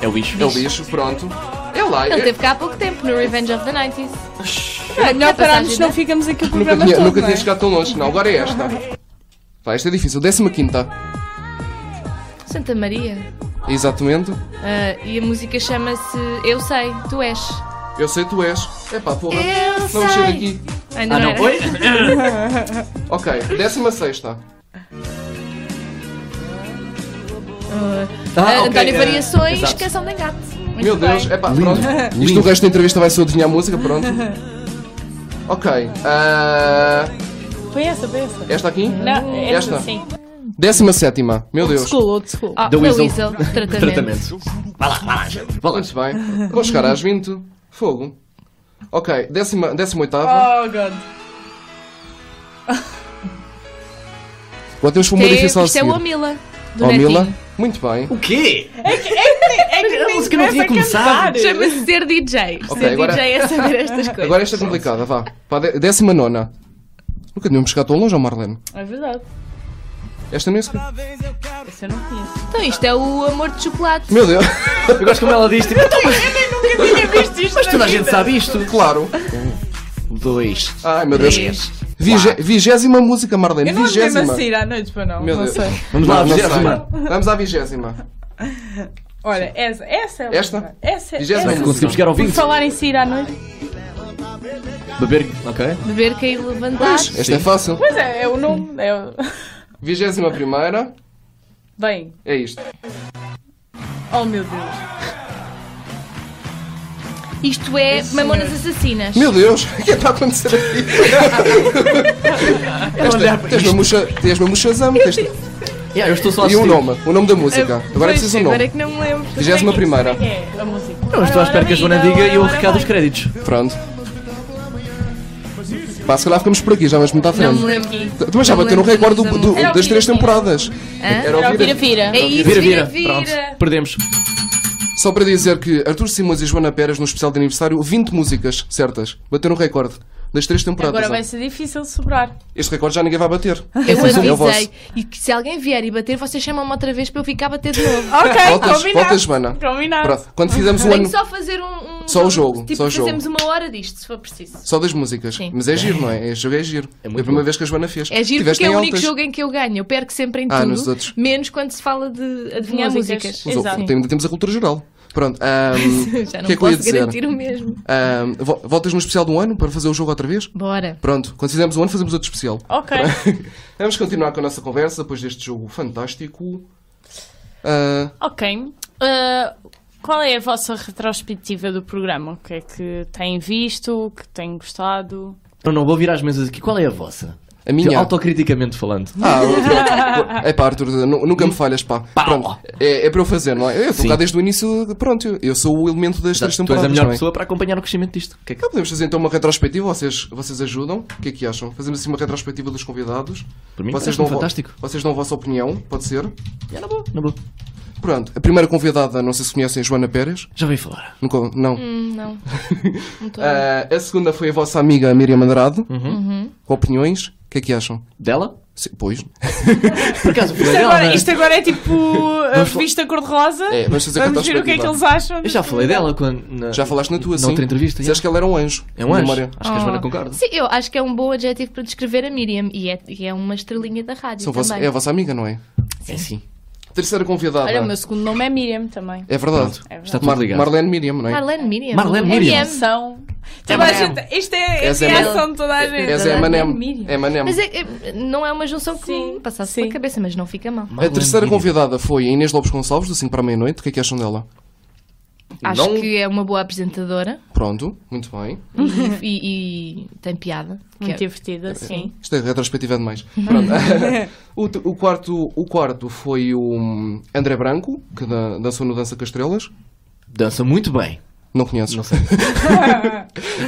É o bicho.
É o bicho, pronto. É lá,
Ele
é-
teve cá há pouco tempo no Revenge of the 90s.
É melhor
quer passar
pararmos,
a
senão
vida?
ficamos aqui o
nunca
programa
tinha,
todo.
nunca
não
tinha
é?
chegado tão longe. Não, agora é esta. Vai, esta é difícil. Décima quinta.
Santa Maria.
Exatamente.
Ah, e a música chama-se Eu Sei, Tu És.
Eu sei tu és. Epá, porra.
Eu
não mexer
sei.
daqui.
Ainda é?
Ah não,
era?
oi?
Ok, décima sexta.
Ah,
Ah,
ok,
António
é,
Variações,
exato.
Canção de Engate. Muito
Meu Deus,
bem.
epá, pronto. Isto o resto da entrevista vai ser adivinhar a música, pronto. Ok. ah,
Põe essa, põe essa.
esta aqui?
Não, esta
Esta?
sim.
Décima sétima, meu Deus.
School, old school.
Ah,
Da
da
Weasel.
Weasel, tratamento.
Tratamento. Vá lá, vá lá, gente. Vá lá.
Muito bem. Vou chegar às 20. Fogo. Ok, décima, décima oitava.
Oh, God.
Agora temos uma
Tem-
difícil a
Isto é
seguir. Oh,
o Omila, do
Ó, Mila.
Netinho.
Muito bem.
O quê?
É que
A
nem
música não tinha
interessa
começado.
cantar. É
Chama-se ser DJ.
Ok,
ser
agora-
DJ é saber estas coisas.
Agora esta é complicada, vá. Para a dé- décima nona. Nunca tínhamos chegado tão longe, ó Marlene.
É verdade.
Esta nem sequer.
Isso eu não conheço.
Então isto é o amor de chocolate.
Meu Deus.
Eu gosto como ela diz, tipo, então, mas
Tinha visto isto
é
mas toda a gente sabe isto.
Claro.
Dois.
Ai, meu Deus. Vigé- vigésima música, Marlene.
Eu não assim. devia
Vigésima.
sair à noite para não.
Meu
não
Deus.
sei.
Vamos lá,
Não, não
vigésima.
sei. Vamos à vigésima.
Olha, essa, essa é a
Esta?
última. Essa,
Vigésima.
essa.
Conseguimos chegar ao
Por
20.
falar em sair à noite.
Beber. Ok.
Beber, cair, levantar.
Esta é fácil.
Pois é, é o nome. É o...
Vigésima primeira.
Bem,
É isto.
oh meu Deus.
Isto é Mamonas Assassinas.
Meu Deus, o que é que está a acontecer aqui?
Olhar para
Tens
isto.
mesmo o Sha- Tens mesmo o Shazam. tens-
Yeah, eu estou só a
E o
assistir.
nome. O nome da música. Agora é
Pois,
preciso um
Agora
nome.
é que não me lembro.
Vigésima primeira.
Quem é a música?
Eu estou à espera que a Joana diga e eu arrecado os créditos.
Pronto. Pá, se calhar ficamos por aqui, já vamos muito à
Não me
frente.
lembro.
Tu- Também já
Não
bateu no
me lembro
recorde do-
dos
do-
amores.
das três temporadas. Era
Era o
ouvir.
Vira-Vira.
É isso,
Vira,
vira,
vira.
vira.
Pronto. Perdemos.
Só para dizer que Artur Simões e Joana Pérez, no especial de aniversário, 20 músicas certas. Bateram o recorde das três temporadas.
Agora
ó.
vai ser difícil de sobrar.
Este recorde já ninguém vai bater.
Eu
É o vosso.
avisei. E que se alguém vier e bater, vocês chamam-me outra vez para eu ficar a bater de
Ah,
novo.
Ok,
Voltas,
combinado.
voltas, Joana.
Combinado.
Pronto. Quando fizermos o
Tenho
ano.
que só fazer um. um-
Só o jogo,
Tipo,
só o jogo.
fazemos uma hora disto, se for preciso.
Só das músicas.
Sim.
Mas é giro, não é? Este jogo é giro. É,
muito
a primeira
bom.
vez que a Joana fez.
É giro
Tiveste
porque é
em
o único
altas.
jogo em que eu ganho. Eu perco sempre em
Ah,
tudo.
nos outros.
Menos quando se fala de adivinhar
Músicas.
músicas.
Mas, oh,
Exato.
tem- Ainda temos a cultura geral. Pronto. ahm,
Já
que
não
é que eu ia
posso
dizer?
garantir o mesmo.
ahm, vo- voltas no especial do ano para fazer o jogo outra vez?
Bora.
Pronto, quando fizermos um ano, fazemos outro especial.
Ok.
Vamos continuar com a nossa conversa depois deste jogo fantástico. Ah,
Ok. Ah, qual é a vossa retrospectiva do programa? O que é que têm visto? O que têm gostado?
Não, não, vou virar as mesas aqui. Qual é a vossa?
a minha.
Autocriticamente falando.
Ah, pronto. É pá, Arthur, nu- nunca me falhas, pá. Pronto, é, é para eu fazer, não é? Eu estou
Hum. Sim.
cá desde o início, pronto, eu- eu sou o elemento das três
Tu és
temporadas.
a melhor
não é?
pessoa para acompanhar o crescimento disto. O que é que-
Então, podemos fazer então uma retrospectiva, vocês, vocês ajudam? O que é que acham? Fazemos assim uma retrospectiva dos convidados.
Por
vocês Tá
mim, parece-me
dão, vo-
fantástico.
vocês dão a vossa opinião, pode ser?
É, na boa, na boa.
Pronto, a primeira convidada, não sei se conhecem, é Joana Pérez.
Já ouvi falar.
Nunca- Não.
Hum, não. Não tô-
Ah, a segunda foi a vossa amiga Miriam Andrade,
Uhum.
Uhum.
com opiniões. O que é que acham?
Dela?
Sim, pois.
Por acaso, foi
Isto
dela, não
agora,
é?
isto agora é tipo a
Vamos fa-
revista cor-de-rosa.
É, vamos fazer
Vamos ver o que é que eles acham.
Eu já falei dela quando. na-
Já falaste na tua,
na
sim.
outra entrevista.
Dizeste que ela era um anjo.
É um anjo.
Memória.
Acho que a Joana concorda.
Sim, eu acho que é um bom adjetivo para descrever a Miriam e é, e é uma estrelinha da rádio
São vossa-
também.
é a vossa amiga, não é?
É sim.
Terceira convidada.
Olha, o meu segundo nome é Miriam também.
É verdade.
É verdade.
Está tudo
Mar-
ligado.
Marlene Miriam, não é?
Marlene Miriam.
Marlene Miriam.
M&M.
São. Toda a
Miriam.
gente- Isto é a
Essa é
reação de toda a gente.
Essa é a Manem.
Miriam.
É Manem.
Mas é- é- não é uma junção que
Sim,
me passasse
sim.
pela cabeça, mas não fica mal.
A terceira
Marlene
convidada foi a Inês Lopes Gonçalves, do 5 para a meia-noite. O que é que acham dela?
Acho
Não-
que é uma boa apresentadora
Pronto, muito bem.
e, e- e tem piada. que
Muito
é-
divertida, sim.
Isto é retrospectiva demais. Pronto. o, te- o quarto, o quarto foi o hum, André Branco, que dan- dançou no Dança com as Estrelas.
Dança muito bem.
Não conheces?
Não sei.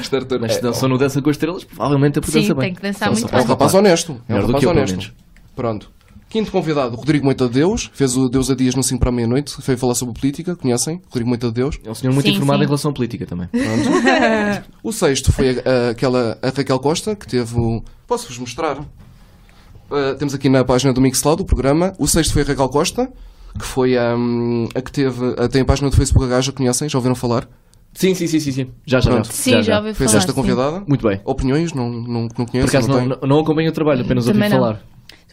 Este Arthur-
Mas se
é,
dançou no Dança com as Estrelas, provavelmente é porque
Sim,
dança bem.
tem que dançar
Dança
muito
é um
bem.
rapaz honesto. É um
Melhor do
rapaz
que eu, pelo
honesto. Pronto. Quinto convidado, Rodrigo Moita de Deus. Fez o Deus a Dias no 5 para a meia-noite. Foi falar sobre política. Conhecem? Rodrigo Moita de Deus.
É um senhor muito
Sim,
informado
sim.
em relação à política também.
O sexto foi a- a- aquela, a Raquel Costa, que teve o... Posso-vos mostrar? Uh, temos aqui na página do Mixcloud o programa. O sexto foi a Raquel Costa, que foi um, a que teve... a- tem a página do Facebook a Gaja, conhecem? Já ouviram falar?
Sim, sim, sim, sim. sim. Já, já,
Pronto.
já.
Sim,
já,
já, ouvi
Fez
falar.
esta
sim.
convidada.
Muito bem.
Opiniões? Não, não, não
Por
conheço,
acaso
não
não,
tenho.
não, não acompanho o trabalho, apenas ouvi
Também não.
falar.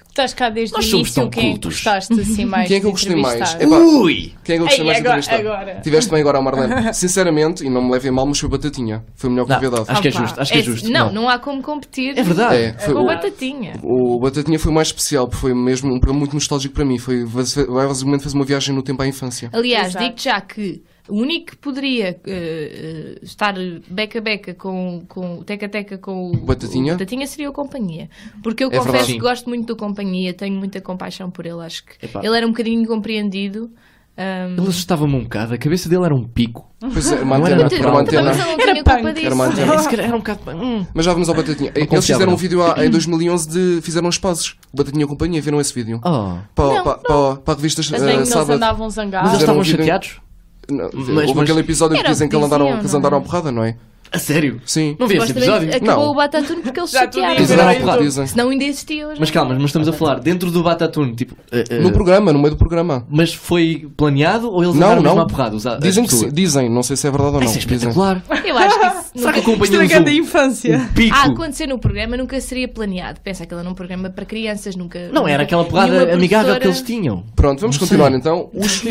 Estás cá desde o
Nós somos
início.
tão
Quem é que
cultos.
gostaste assim mais?
Quem é que eu
de
gostei mais?
entrevistar?
Epá,
Ui!
Quem é que eu gostei
Ei,
mais
agora-
de entrevistar?
agora.
Tiveste bem agora, Marlene. Sinceramente, e não me levem mal, mas foi batatinha. Foi o melhor
Não,
convidado.
acho que é
Opa,
justo, acho que é justo.
Não, não há como competir
É verdade.
É, foi
com
o-
batatinha.
O Batatinha foi o mais especial, porque foi mesmo um programa muito nostálgico para mim. Foi, vai- basicamente, fez uma viagem no tempo à infância.
Aliás,
Exato.
digo-te já que O único que poderia eh, eh, estar beca a beca com, com teca a teca com o
Batatinha?
o Batatinha seria o Companhia. Porque eu
É
confesso
verdade.
que gosto muito do Companhia, tenho muita compaixão por ele. Acho que
Epá.
ele era um bocadinho incompreendido.
Ele assustava-me um bocado, a cabeça dele era um pico.
Pois é, uma
Não era
antena,
natural.
era uma
Também,
antena.
mas ele não
Era
tinha culpa
punk,
disso.
era uma antena.
Esse cara era um bocado. hum.
Mas já vamos ao Batatinha. Eles
confiava,
fizeram um
não.
vídeo há- em 2011 de. fizeram as pazes. O Batatinha e a companhia, viram esse vídeo.
Oh.
Para, para, para, para a revista
Mas bem
eh,
que eles
Sábado.
andavam
Mas eles
zangados.
Mas era
estavam
um vídeo em-
chateados?
Não,
Mas-
houve
mas-
aquele episódio que
Era o
dizem que,
que
eles andaram,
diziam,
que eles
não
andaram à
é?
porrada, não é?
A sério?
Sim.
Não vi esse
Supostamente
episódio?
Acabou
Não.
o Batatune porque eles se
Já tudo
chatearam.
Dizem-
Dizem,
andaram à porrada.
dizem.
Senão ainda existia hoje.
Mas calma, mas estamos a falar dentro do Batatune, tipo. eh, eh,
É. No programa, no meio do programa.
Mas foi planeado ou eles
Não,
andaram mesmo
não.
à porrada? os a- as
Dizem que sim.
pessoas?
Dizem, não sei se é verdade ou não.
Isso é
Dizem.
espetacular.
Eu acho que isso
Será que é
nunca-
acompanhamos
Estragando é a
o,
infância.
o pico?
a acontecer no programa nunca seria planeado. Pensa que ele era um programa para crianças, nunca.
Não, era
nunca-
aquela
nenhuma
porrada amigável que
professora-
eles tinham.
Pronto, vamos
Não sei.
continuar então. Os,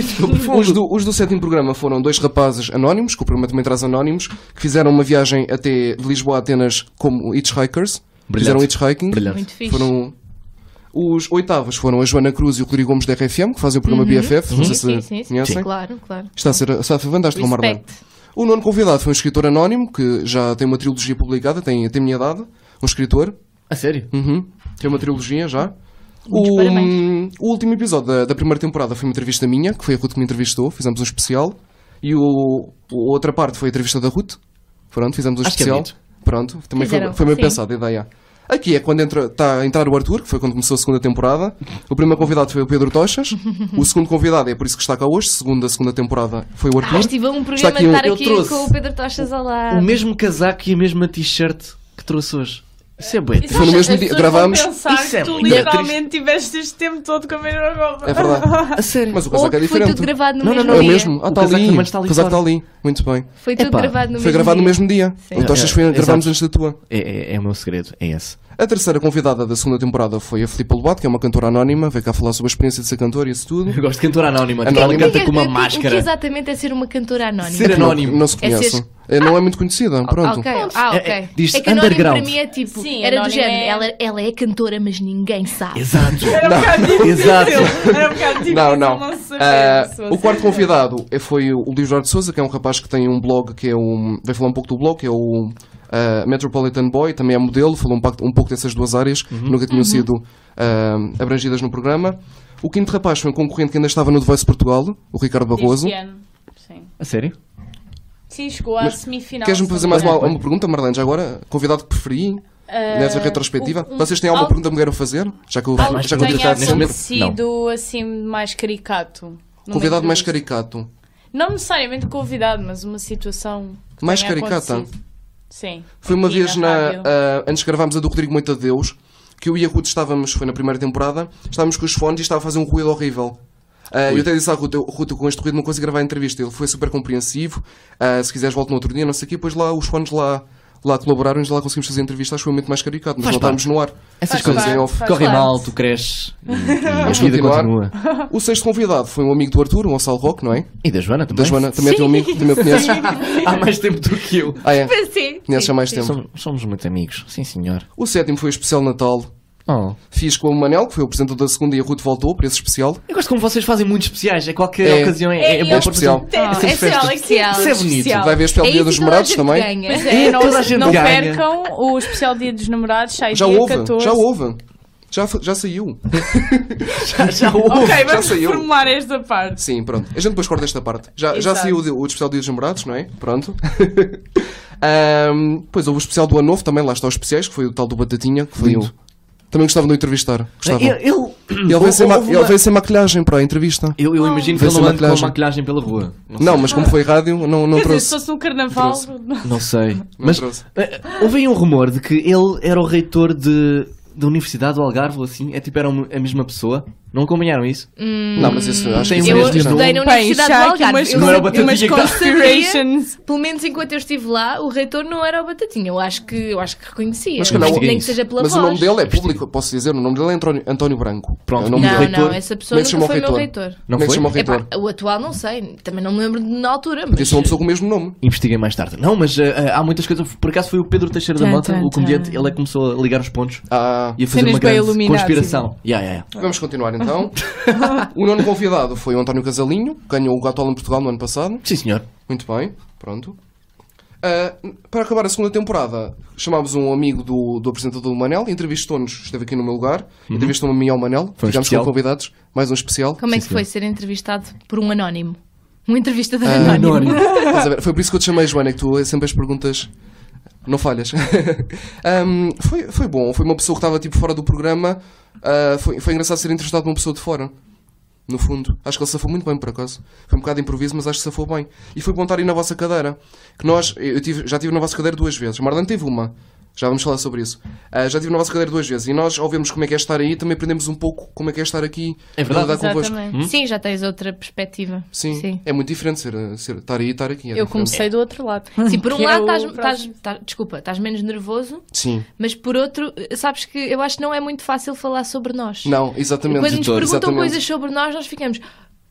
os do, os do sétimo programa foram dois rapazes anónimos, que o programa também traz anónimos, que fizeram uma viagem até de Lisboa a Atenas como hitchhikers.
Brilhante.
Fizeram hitchhiking.
Brilhante.
Muito fixe.
Foram os oitavos foram a Joana Cruz e o Rodrigo Gomes da RFM, que fazem o programa BFF, não sei
Uhum. Sim,
assim,
se
sim, sim.
conhecem.
Claro, claro.
Está a ser, está a ser fantástico, Marlene.
Respect.
O nono convidado foi um escritor anónimo, que já tem uma trilogia publicada, tem, tem minha idade, um escritor.
A sério?
Uhum. Tem uma trilogia já.
Muitos
o,
parabéns.
o último episódio da, da primeira temporada foi uma entrevista minha, que foi a Ruth que me entrevistou, fizemos um especial. E o, o- a outra parte foi a entrevista da Ruth. Pronto, fizemos um
Acho que é
especial.
bonito.
Pronto, também foi,
Fizeram,
foi bem
sim.
pensada a ideia. Aqui é quando entra, está a entrar o Arthur, que foi quando começou a segunda temporada. O primeiro convidado foi o Pedro Tochas. o segundo convidado é por isso que está cá hoje, segundo da segunda temporada, foi o
Ah,
Arthur.
estive a um
Está
programa
aqui
de
um-
estar
eu
aqui
trouxe
com o Pedro Tochas ao lado.
O mesmo casaco e a mesma t-shirt que trouxe hoje. Isso é bué.
Isso
Foi no
acha-
mesmo
as
dia-
pessoas
gravámos.
vão pensar
Isso é
que tu
muito
literalmente tiveste este tempo todo com a mesma roupa.
É verdade.
A sério.
Mas o
Ou
casaco é
que foi
diferente.
tudo gravado no
Não, não,
mesmo
É o
dia.
mesmo. Ah,
O
está
casaco
ali.
também está
o
ali
casaco está
fora.
ali. Muito bem.
Foi tudo
Epá,
gravado no
Foi
mesmo
gravado no
dia.
mesmo dia.
Sim.
O Tochas foi,
É, é,
gravámos
exato.
antes da tua.
É, é- é o meu segredo, é esse.
A terceira convidada da segunda temporada foi a Filipa Lobato, que é uma cantora anónima, veio cá falar sobre a experiência de ser cantora e isso tudo. É
Eu gosto de cantora anónima,
Anónima.
que ela
O que é que
canta
é-
com uma
o que- O que
máscara.
exatamente é ser uma cantora anónima?
Ser anónimo.
Não, não se
É
conhece.
ser-
É, não é muito conhecida. Pronto.
Ok, ah, ok.
É- é- diz-se
é que anónimo
underground.
para mim é tipo,
Sim,
era do
anónimo
género,
é-
ela, ela é cantora, mas ninguém sabe.
Exato.
Era um bocado
Exato.
difícil. Era um bocado difícil.
Não, não.
se saber
Ah,
se você-
o quarto convidado é- foi o Luís Jorge de Souza, que é um rapaz que tem um blog que é um. Vai falar um pouco do blog, que é o ah, Metropolitan Boy, também é modelo, falou um, pacto- um pouco dessas duas áreas que nunca
Uhum.
tinham sido ah, abrangidas no programa. O quinto rapaz foi um concorrente que ainda estava no The Voice Portugal, o Ricardo Barroso.
Este ano. Sim.
A sério?
Sim, chegou à
Mas
semifinal.
Queres-me fazer mais
Ah,
uma, uma pergunta, Marlene, já agora? Convidado que preferi nessa retrospectiva?
o- um-
Vocês têm alguma
algo-
pergunta que me queiram fazer? Já que eu,
Algo
mais
já
que
que eu
perguntas
estou
tenha
a
tenha
neste momento?
acontecido é assim mais caricato. numa
Convidado mais
entrevista.
caricato.
Não necessariamente convidado, mas uma situação. que
Mais
tenha
caricata?
acontecido. Sim.
Foi uma
Aqui
vez
na
na.
rádio.
ah, antes gravámos a do Rodrigo Moita de Deus, que eu e a Ruth estávamos, foi na primeira temporada, estávamos com os fones e estava a fazer um ruído horrível. Ah, eu até disse à Ruth, eu, Ruth, eu com este ruído não consigo gravar a entrevista. Ele foi super compreensivo. ah, se quiseres, volto no outro dia, não sei o quê. Pois lá, os fones lá, lá colaboraram e lá conseguimos fazer a entrevista. Acho que foi muito mais caricato, mas
Faz
não estávamos no ar.
Essas
Faz
coisas
parte,
em
faz
off. Correm
parte.
mal, tu cresces. e- E a
Vamos
vida
continuar.
continua.
O sexto convidado foi um amigo do Arthur, o Gonçalo Roque, não é?
E da Joana também.
Da Joana, também é teu amigo, também o conheces.
Há mais tempo do que eu.
Ah, é?
Sim.
Conheces há mais tempo.
Somos, somos muito amigos. Sim, senhor.
O sétimo foi o especial de Natal.
Oh.
Fiz com o Manel, que foi o apresentador da segunda, e a Ruth voltou para esse especial.
Eu gosto como vocês fazem muitos especiais. A qualquer
É.
ocasião é,
É,
é, bom
eu-
para
Especial.
fazer-
Ah,
Sim,
é
festas.
especial, é especial.
Isso é bonito.
especial.
Vai ver o especial Dia
Ah, isso
dos
que toda a
Namorados
gente
também.
ganha.
Pois
É,
é, não,
toda a gente
não
ganha.
percam o especial Dia dos Namorados,
é
sai
Já
dia
houve,
14.
já houve. Já, fa- já saiu.
Já, já houve.
Ok,
já
vamos
saiu.
reformular esta parte.
Sim, pronto. A gente depois corta esta parte. Já, já
Exato.
saiu o, de- o especial Dia dos Namorados, não é? Pronto. Ahm, depois houve o especial do Ano Novo, também lá está os especiais, que foi o tal do Batatinha, que foi o.
Lindo.
Também gostava de o entrevistar. Gostava.
Ele, ele,
Ele veio sem, ma-
houve uma-
ele veio sem maquilhagem para a entrevista.
Eu, eu imagino que
Veio
ele
sem
não anda com uma
maquilhagem.
maquilhagem pela rua.
Não, mas como foi rádio, não, não
Quer dizer, se
trouxe.
fosse um carnaval.
trouxe.
Não sei.
Não
Mas
trouxe.
eh, houve aí um rumor de que ele era o reitor de, da Universidade do Algarve, ou assim, é tipo, era um- a mesma pessoa. Não acompanharam isso?
Hum.
Não, mas isso acho
Tem
que isso é
um-
Eu
não.
estudei na Universidade do Algarve. Eu
Não era o
sabia-
Batatinha
umas
que estava-
considerations.
Pelo menos enquanto eu estive lá, o reitor não era o Batatinha. Eu acho que, eu acho que reconhecia.
Mas calhar o-
nem que seja pela
Mas
voz.
o nome dele é público, posso dizer, o nome dele é António, António Branco.
Pronto,
É o nome
Não,
dele.
reitor-
não, essa pessoa
Como é que se
nunca foi
chama
meu
o
reitor.
Não
Como é que
foi?
se chama o
Epá,
reitor?
o atual não sei, também não me lembro de na altura.
Podia
Mas...
ser um uma pessoa com o mesmo nome.
Investiguei mais tarde. Não, mas eh, eh, há muitas coisas. Por acaso foi o Pedro Teixeira da
Tum,
Mota,
tum,
o comediante,
tum.
ele é que começou a ligar os pontos
Ah,
e a fazer
Cenas
uma
bem
grande
iluminadas,
conspiração. Yeah, yeah, yeah.
vamos continuar Então, o nono convidado foi o António Casalinho, que ganhou o Gatola em Portugal no ano passado.
Sim, senhor.
Muito bem, pronto. Ah, para acabar a segunda temporada, chamámos um amigo do, do apresentador do Manel, entrevistou-nos, esteve aqui no meu lugar, entrevistou-me a mim e ao Manel,
Uhum. Foi um
ficámos
especial.
com convidados, mais um especial.
Como é que
Sim,
foi ser entrevistado por um anónimo? Um entrevistador
Ah,
anónimo.
Anónimo.
Estás a ver? Foi por isso que eu te chamei, Joana, é que tu sempre as perguntas não falhas. Ahm, foi, foi bom, foi uma pessoa que estava tipo fora do programa. ah, foi, foi engraçado ser entrevistado por uma pessoa de fora. No fundo, acho que ele safou muito bem, por acaso. Foi um bocado de improviso, mas acho que safou bem. E foi bom estar aí na vossa cadeira. Que nós, eu tive- já estive na vossa cadeira duas vezes. Marlene teve uma. Já vamos falar sobre isso. Ah, já estive na vossa cadeira duas vezes. E nós, ao vermos como é que é estar aí, também aprendemos um pouco como é que é estar aqui.
É verdade.
a lidar convosco.
Exatamente.
Sim, já tens outra perspectiva.
Sim, é muito diferente ser, ser- estar aí e estar aqui. é
Eu
diferente.
comecei do outro lado.
Sim, por um
Que é
lado
o
estás,
próximo.
estás- tá- desculpa, estás menos nervoso,
Sim.
mas por outro, sabes que eu acho que não é muito fácil falar sobre nós.
Não, exatamente.
Quando nos
doutor,
perguntam
exatamente.
coisas sobre nós, nós ficamos.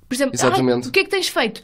Por exemplo, "Ah,
Exatamente.
o que é que tens feito?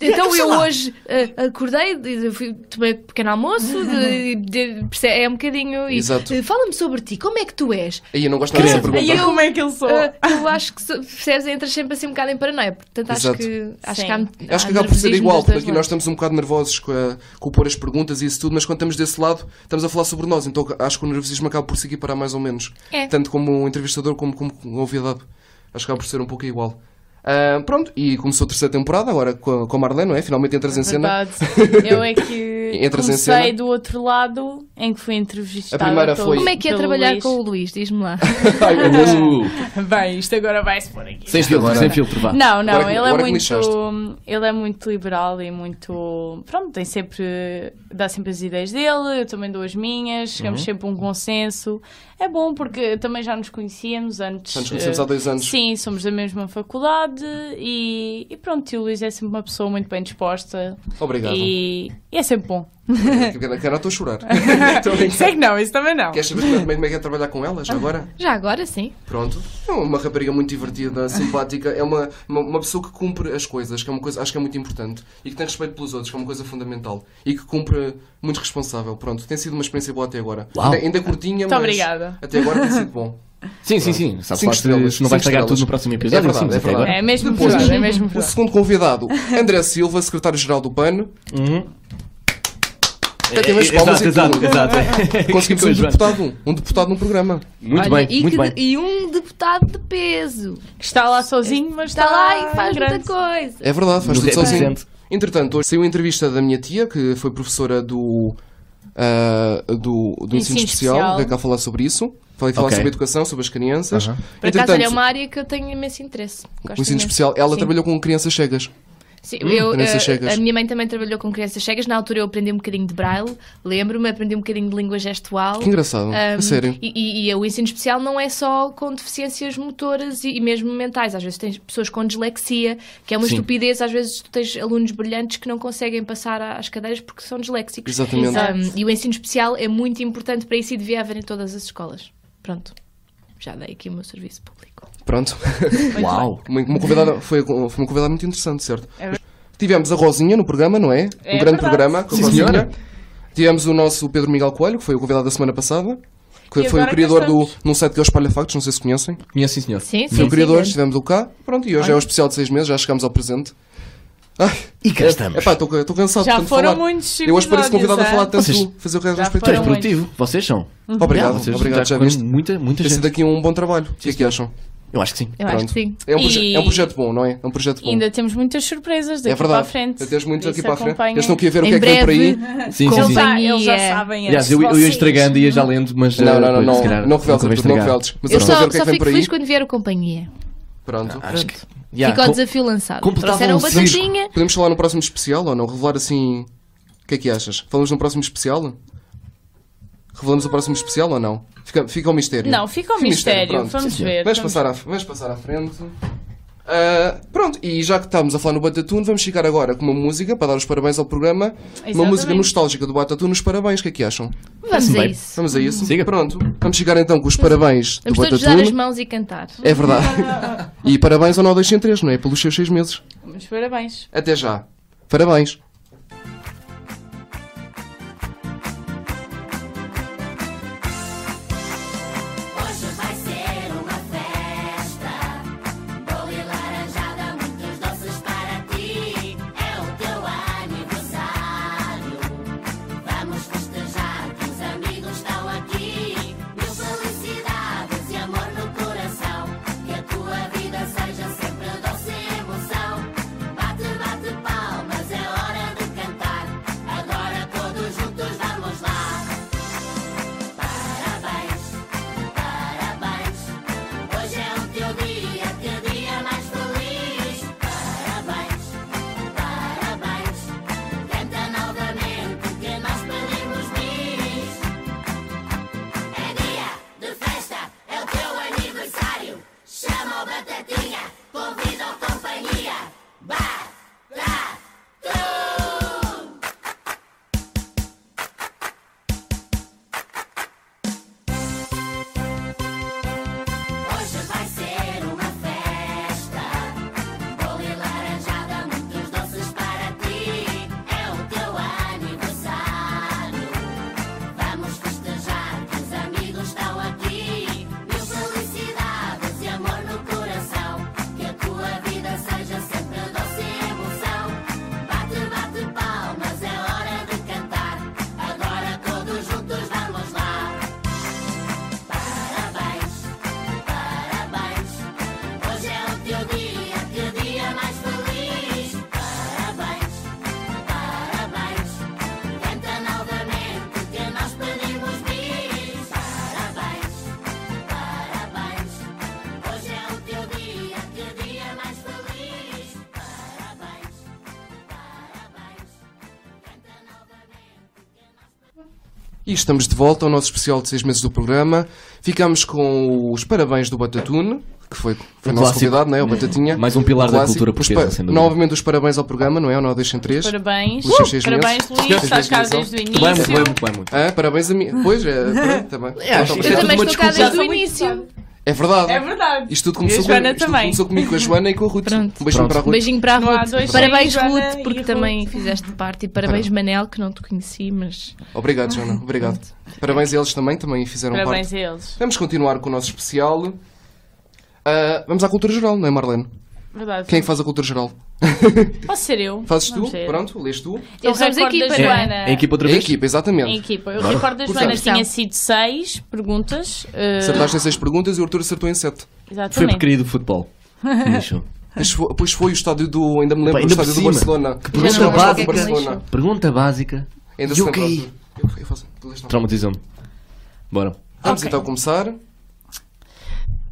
Então eu hoje ah, acordei, de- fui, tomei um pequeno almoço, de- de- perce- é um bocadinho. e,
Exato.
"Ah, Fala-me sobre ti, como é que tu és?
Aí eu não gosto nada dessa
Credo.
pergunta.
Aí eu, como é que eu sou?
Ah, eu acho que, so- percebes, entras sempre assim um bocado em paranoia. Portanto, acho
Exato.
que, acho
Sim.
que há,
Acho
há
que acaba por ser
nervosismo
igual,
dos
porque
dois
aqui nós
lados.
estamos um bocado nervosos com, a, com o pôr as perguntas e isso tudo, mas quando estamos desse lado, estamos a falar sobre nós, então acho que o nervosismo acaba por se equiparar mais ou menos.
É.
Tanto como um entrevistador como como um convidado. Acho que acaba por ser um pouco igual. Ah, pronto, e começou a terceira temporada agora com a, com a Marlene, não é? Finalmente entras em cena.
Verdade. Eu é que
Entras em
comecei
cena.
do outro lado em que fui entrevistada.
A primeira
pelo-
foi-
Como é que é
pelo
trabalhar
Luís.
com o Luís? Diz-me lá.
Ai, meu Deus.
Bem, isto agora vai-se pôr aqui.
sem filtro, sem filtro, vá.
Não, não,
Ah, Agora que-
ele é
agora que me
muito. Ele é muito liberal e muito. Pronto, tem sempre. dá sempre as ideias dele, eu também dou as minhas,
Uhum.
chegamos sempre a um consenso. É bom porque também já nos conhecíamos antes.
Já nos conhecemos
eh,
há dois anos.
Sim, somos da mesma faculdade e, e pronto, e o Luís é sempre uma pessoa muito bem disposta.
Obrigado.
E, e é sempre bom.
Cara, estou a chorar. Estou a brincar.
Sei que não, isso também não.
Queres saber como é- como é que é trabalhar com ela já agora?
Já agora sim.
Pronto. É uma rapariga muito divertida, simpática. É uma, uma, uma pessoa que cumpre as coisas, que é uma coisa, acho que é muito importante. E que tem respeito pelos outros, que é uma coisa fundamental. E que cumpre muito responsável. Pronto, tem sido uma experiência boa até agora.
Uau.
Ainda, ainda curtinha,
Muito
mas
obrigada.
até agora tem sido bom.
Sim, sim, sim. Sabes
Cinco
lá
estrelas,
se não vai
cinco
estragar
estrelas.
tudo no próximo episódio.
É verdade,
sim, mas
é
até
verdade.
É mesmo
Depois,
verdade, é mesmo
O
verdade.
segundo convidado, André Silva, secretário-geral do PAN. Até tem umas palmas
Uhum. É, Exato,
e
exato,
tudo.
exato.
Conseguimos um
Pois, Joana.
deputado, um deputado num programa.
Muito
Olha,
bem,
e,
muito
que
bem.
de- e um deputado de peso.
Está lá sozinho, mas está,
Está Tá lá e faz
grande.
muita coisa.
É verdade, faz
No
tudo sozinho.
represente.
Entretanto, hoje saiu a entrevista da minha tia, que foi professora do, ah, do, do ensino
Ensino
especial, é
especial.
veio cá falar sobre isso. Falei falar
Ok.
sobre educação, sobre as crianças.
Aham.
Por acaso, olha, é uma área que eu tenho imenso interesse.
o
Gosto
ensino
imenso.
especial, ela
Sim.
trabalhou com crianças cegas.
Sim, eu,
crianças
eh,
cegas.
a minha mãe também trabalhou com crianças cegas. Na altura eu aprendi um bocadinho de braille, lembro-me, aprendi um bocadinho de língua gestual.
Que engraçado,
Ahm,
a sério.
E, e- e o ensino especial não é só com deficiências motoras e, e mesmo mentais. Às vezes tens pessoas com dislexia, que é uma
Sim.
estupidez. Às vezes tu tens alunos brilhantes que não conseguem passar à- às cadeiras porque são disléxicos.
Exatamente.
Exato.
Ahm, e o ensino especial é muito importante para isso e devia haver em todas as escolas. Pronto, já dei aqui o meu serviço público.
Pronto.
Uau.
uma, uma convidada, foi, foi uma convidada muito interessante, certo? Tivemos a Rosinha no programa, não é?
É
um grande
verdade.
programa com a
Sim,
Rosinha.
senhora.
Tivemos o nosso Pedro Miguel Coelho, que foi o convidado da semana passada. Que
E
foi o
agora cá
criador do,
estamos.
num site que é o Espalha Factos, não sei se conhecem.
Conheço, sim, senhor.
Sim, sim.
Foi o
sim,
criador,
sim.
estivemos o cá. Pronto, e hoje é o especial de seis meses, já chegamos ao presente. Ai,
E cá estamos.
epá, estou cansado
Já
de tanto
foram
falar.
muitos
Eu hoje pareço
episódios,
convidado a
é?
falar tanto,
Vocês-
fazer o que é
Já
Tu és
respeito.
foram-
produtivo, vocês são.
Obrigado,
Não, vocês
obrigado, já
com
viste.
Muita, muita
Ter sido
gente.
aqui um bom trabalho. O que é que acham?
Eu acho que sim.
Eu acho
Pronto.
que sim.
É um,
E-
proje- é um projeto bom, não é? É um projeto bom.
Ainda temos muitas surpresas daqui
é verdade.
para a frente.
Ainda Temos muito
Por
aqui
isso
para a frente.
acompanhem.
Eles estão aqui a ver o
Em
que é que vem por aí.
breve,
Sim, sim,
Eles
sim. é.
já, eles já
Companhia.
sabem antes
Aliás, eu,
de
eu ia
vocês.
estragando e ia já lendo, mas. eh,
Não, não, não,
depois, se
não,
calhar,
não reveles
nunca vou
a tudo, não
estragar.
reveles. Mas
Eu
eles estão a ver
só,
o que é
só
que vem
fico
por aí.
feliz quando vier o companhia.
Pronto.
Acho que. Yeah,
Fica o
com-
desafio lançado.
completavam
Trouxeram
um
uma batatinha.
Podemos falar no próximo especial ou não? Revelar assim. O que é que achas? Falamos no próximo especial? Revelamos o próximo especial ou não? Fica, fica o mistério.
assim. Não, fica o mistério. um
pronto.
Vamos ver.
Vamos
vamos
passar à, vamos passar à frente. Ah, pronto, e já que estamos a falar no Batatune, vamos chegar agora com uma música para dar os parabéns ao programa. Uma
Exatamente.
música nostálgica do Batatune, os parabéns, o que é que acham?
Vamos a
bem.
isso.
Vamos a isso?
Siga.
Pronto, vamos chegar então com os parabéns
Vamos
do
todos dar as
Batatune.
mãos e cantar.
É verdade. e parabéns ao 9203, não é? Pelos seus seis meses.
Mas parabéns.
Até já. Parabéns.
Hoje vai ser uma festa.
E estamos de volta ao nosso especial de seis meses do programa. Ficamos com os parabéns do Batatune, que foi, foi
Um
nosso
clássico.
convidado, não é? O Batatinha.
Mais um pilar da
Clássico.
cultura
Os
portuguesa, sem dúvida.
Novamente os parabéns ao programa, não é? O Nó Deixem 3.
Parabéns.
Luís, seis
Parabéns,
meses.
Luís. Estás cá
Seis meses.
desde o
Muito bem, muito bem,
início.
muito bem, muito bem.
Ah, parabéns a mim. Pois, é, pronto, também.
acho que
Então,
é
Eu
tudo
também
uma
estou
desculpa.
cá desde o
Já sou muito
início.
É verdade.
É verdade.
Isto tudo
E a
começou,
Joana
com, isto tudo
também.
começou comigo, com a Joana e com a Ruth.
Pronto.
Um beijinho para a Ruth.
Beijinho para a
Não há
Ruth.
dois
Parabéns,
sem Joana
Ruth,
e
porque
Ruth.
também fizeste parte. E parabéns, Manel, que não te conheci, mas.
Obrigado, Joana. Obrigado. Parabéns a eles também, também fizeram
Parabéns
parte.
a eles.
Vamos continuar com o nosso especial. Ah, vamos à cultura geral, não é, Marlene?
Verdade.
Quem é que faz a cultura geral?
Posso ser eu?
Fazes
Vamos
tu?
ser.
Pronto, lês tu.
Eu
Então somos
recordo
equipa,
da
não é?
Joana.
É a equipa outra
É a
vez?
equipa,
Em
exatamente.
equipa. Eu recordo da Joana
Portanto.
tinha sido seis perguntas. eh,
Acertaste em seis perguntas e o Arthur acertou em sete.
Foi porque
exatamente.
queria do futebol. Lixo.
Ah.
Pois foi, pois foi o estádio do. Ainda me lembro,
Pá,
o
ainda por é
estádio do
cima.
Barcelona.
Que
Ainda me lembro é do
pergunta
estádio
básica.
do Barcelona.
Pergunta básica.
Ainda
E
se
o
lembra.
quê?
Arthur. Eu- eu faço- tu lês, não.
Traumatizou-me. Bora.
Vamos
Ok.
então começar.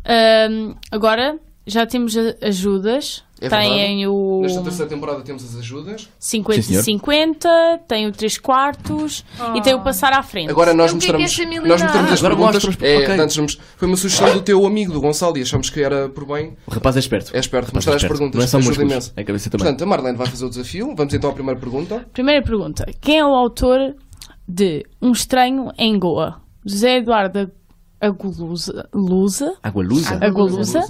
Ahm, agora já temos a- ajudas.
É
Têm o
Nesta terceira temporada temos as ajudas.
50
Sim, senhor.
e 50, tem o 3 quartos e tem o passar à frente.
Agora nós
o que é que é
mostramos,
essa
nós mostramos as
Agora
perguntas.
mostras,
É,
ok.
antes vamos- foi uma sugestão do teu amigo, do Gonçalo, e achamos que era por bem.
O rapaz é esperto.
É esperto,
O rapaz
mostrar as
esperto.
perguntas.
Não é só
ajuda
músculos.
imenso.
É a cabeça também.
Portanto, a Marlene vai fazer o desafio. Vamos então à primeira pergunta.
Primeira pergunta: quem é o autor de Um Estranho em Goa? José Eduardo Agulusa, Lusa,
Água lusa?
Agulusa,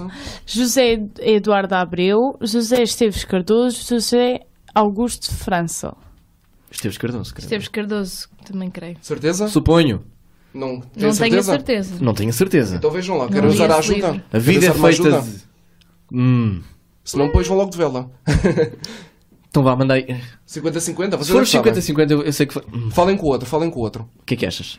José Eduardo Abreu, José Esteves Cardoso, José Augusto França.
Esteves Cardoso. caramba.
Esteves Cardoso, também creio.
Certeza?
Suponho.
Não,
Não
tenho
tenho a
certeza?
certeza.
Não tenho a certeza.
Então vejam lá, quero
li
usar a
esse
ajuda.
livro.
A
Quero
vida é
usar uma
feita
ajuda.
de... Hum.
Se não, depois vão logo de vela.
Então vá, manda aí.
50-50, vocês
Se for
é que sabem.
50-50, eu, eu sei que foi... Hum.
Falem com o outro, falem com o outro.
O que é que achas?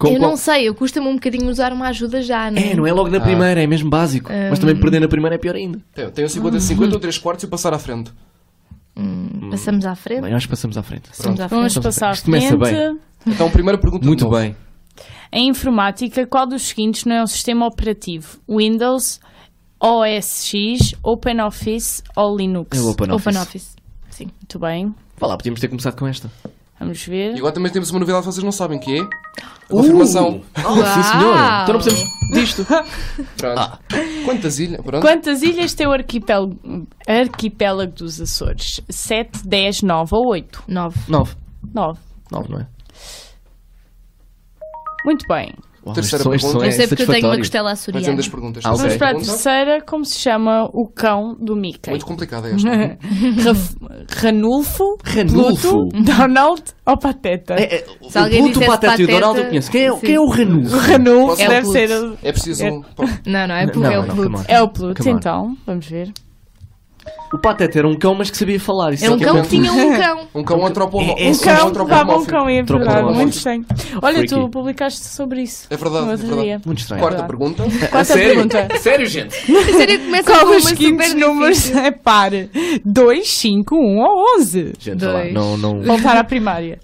Com-
Eu
com-
não sei, eu custa-me um bocadinho usar uma ajuda já, não
É, não é logo
Ah.
na primeira, é mesmo básico. Mas
Ah.
também perder na primeira é pior ainda.
Tenho, tenho 50-50 ou 3 quartos e o passar à frente.
Hum, Passamos à frente.
Bem, acho que passamos à frente.
Passamos à
Vamos
frente.
Isto
passar à
começa
frente.
bem.
Então, primeira pergunta. de
Muito
novo.
bem.
Em informática, qual dos seguintes não é um sistema operativo? Windows, OS X, OpenOffice ou Linux?
É o Open Office.
Open Office. Sim.
Muito bem,
Vá lá, podíamos ter começado com esta.
vamos
E
ver.
agora também temos uma novidade que vocês não sabem, que é... A confirmação.
Oh, sim, senhor.
Uau.
Então não precisamos disto.
Pronto. Quantas ilhas? Pronto.
Quantas ilhas tem o arquipélago, arquipélago dos Açores? 7, 10, 9 ou 8?
9.
9.
9.
9, não é?
Muito bem.
Uau,
Terceira
este som- este
pergunta.
som é
Eu sei porque eu tenho uma
satisfatório.
costela
Vai dizendo
açoriana.
as perguntas.
Ah, ok.
Vamos para a
Pergunta.
terceira, como se chama o cão do Mickey?
Muito complicada esta.
Raf- Ranulfo,
Ranulfo?
Pluto, Donald ou Pateta?
É, é,
Se alguém
o Pluto, o
dissesse
Pateta e o
Pateta,
Donaldo eu conheço. Quem é,
sim.
quem é o Ranulfo?
Ranulfo
É o
deve
Pluto.
ser... o-
É preciso um...
Não, não, é porque
Não,
é o
não,
Pluto.
come on.
É o Pluto,
Come on.
então. Vamos ver.
O Pateta era um cão, mas que sabia falar. Isso é
Era um
que
cão
bom.
que tinha um cão.
Um cão antropomórfico.
É- é
Um cão, dava um
antropomórfico.
cão, é verdade,
Antropomórfico.
muito estranho. Olha,
Freaky.
tu publicaste sobre isso.
É verdade,
No
é
outro
verdade.
dia.
Muito estranho.
Quarta
Verdade.
pergunta.
É
Quarta pergunta.
Sério, gente?
Sério, começa
Qual
com uma
dos
super
seguintes números
números.
é par? 2, 5, 1 ou 11?
Gente, vá lá.
Dois.
Não, não.
Voltar à primária.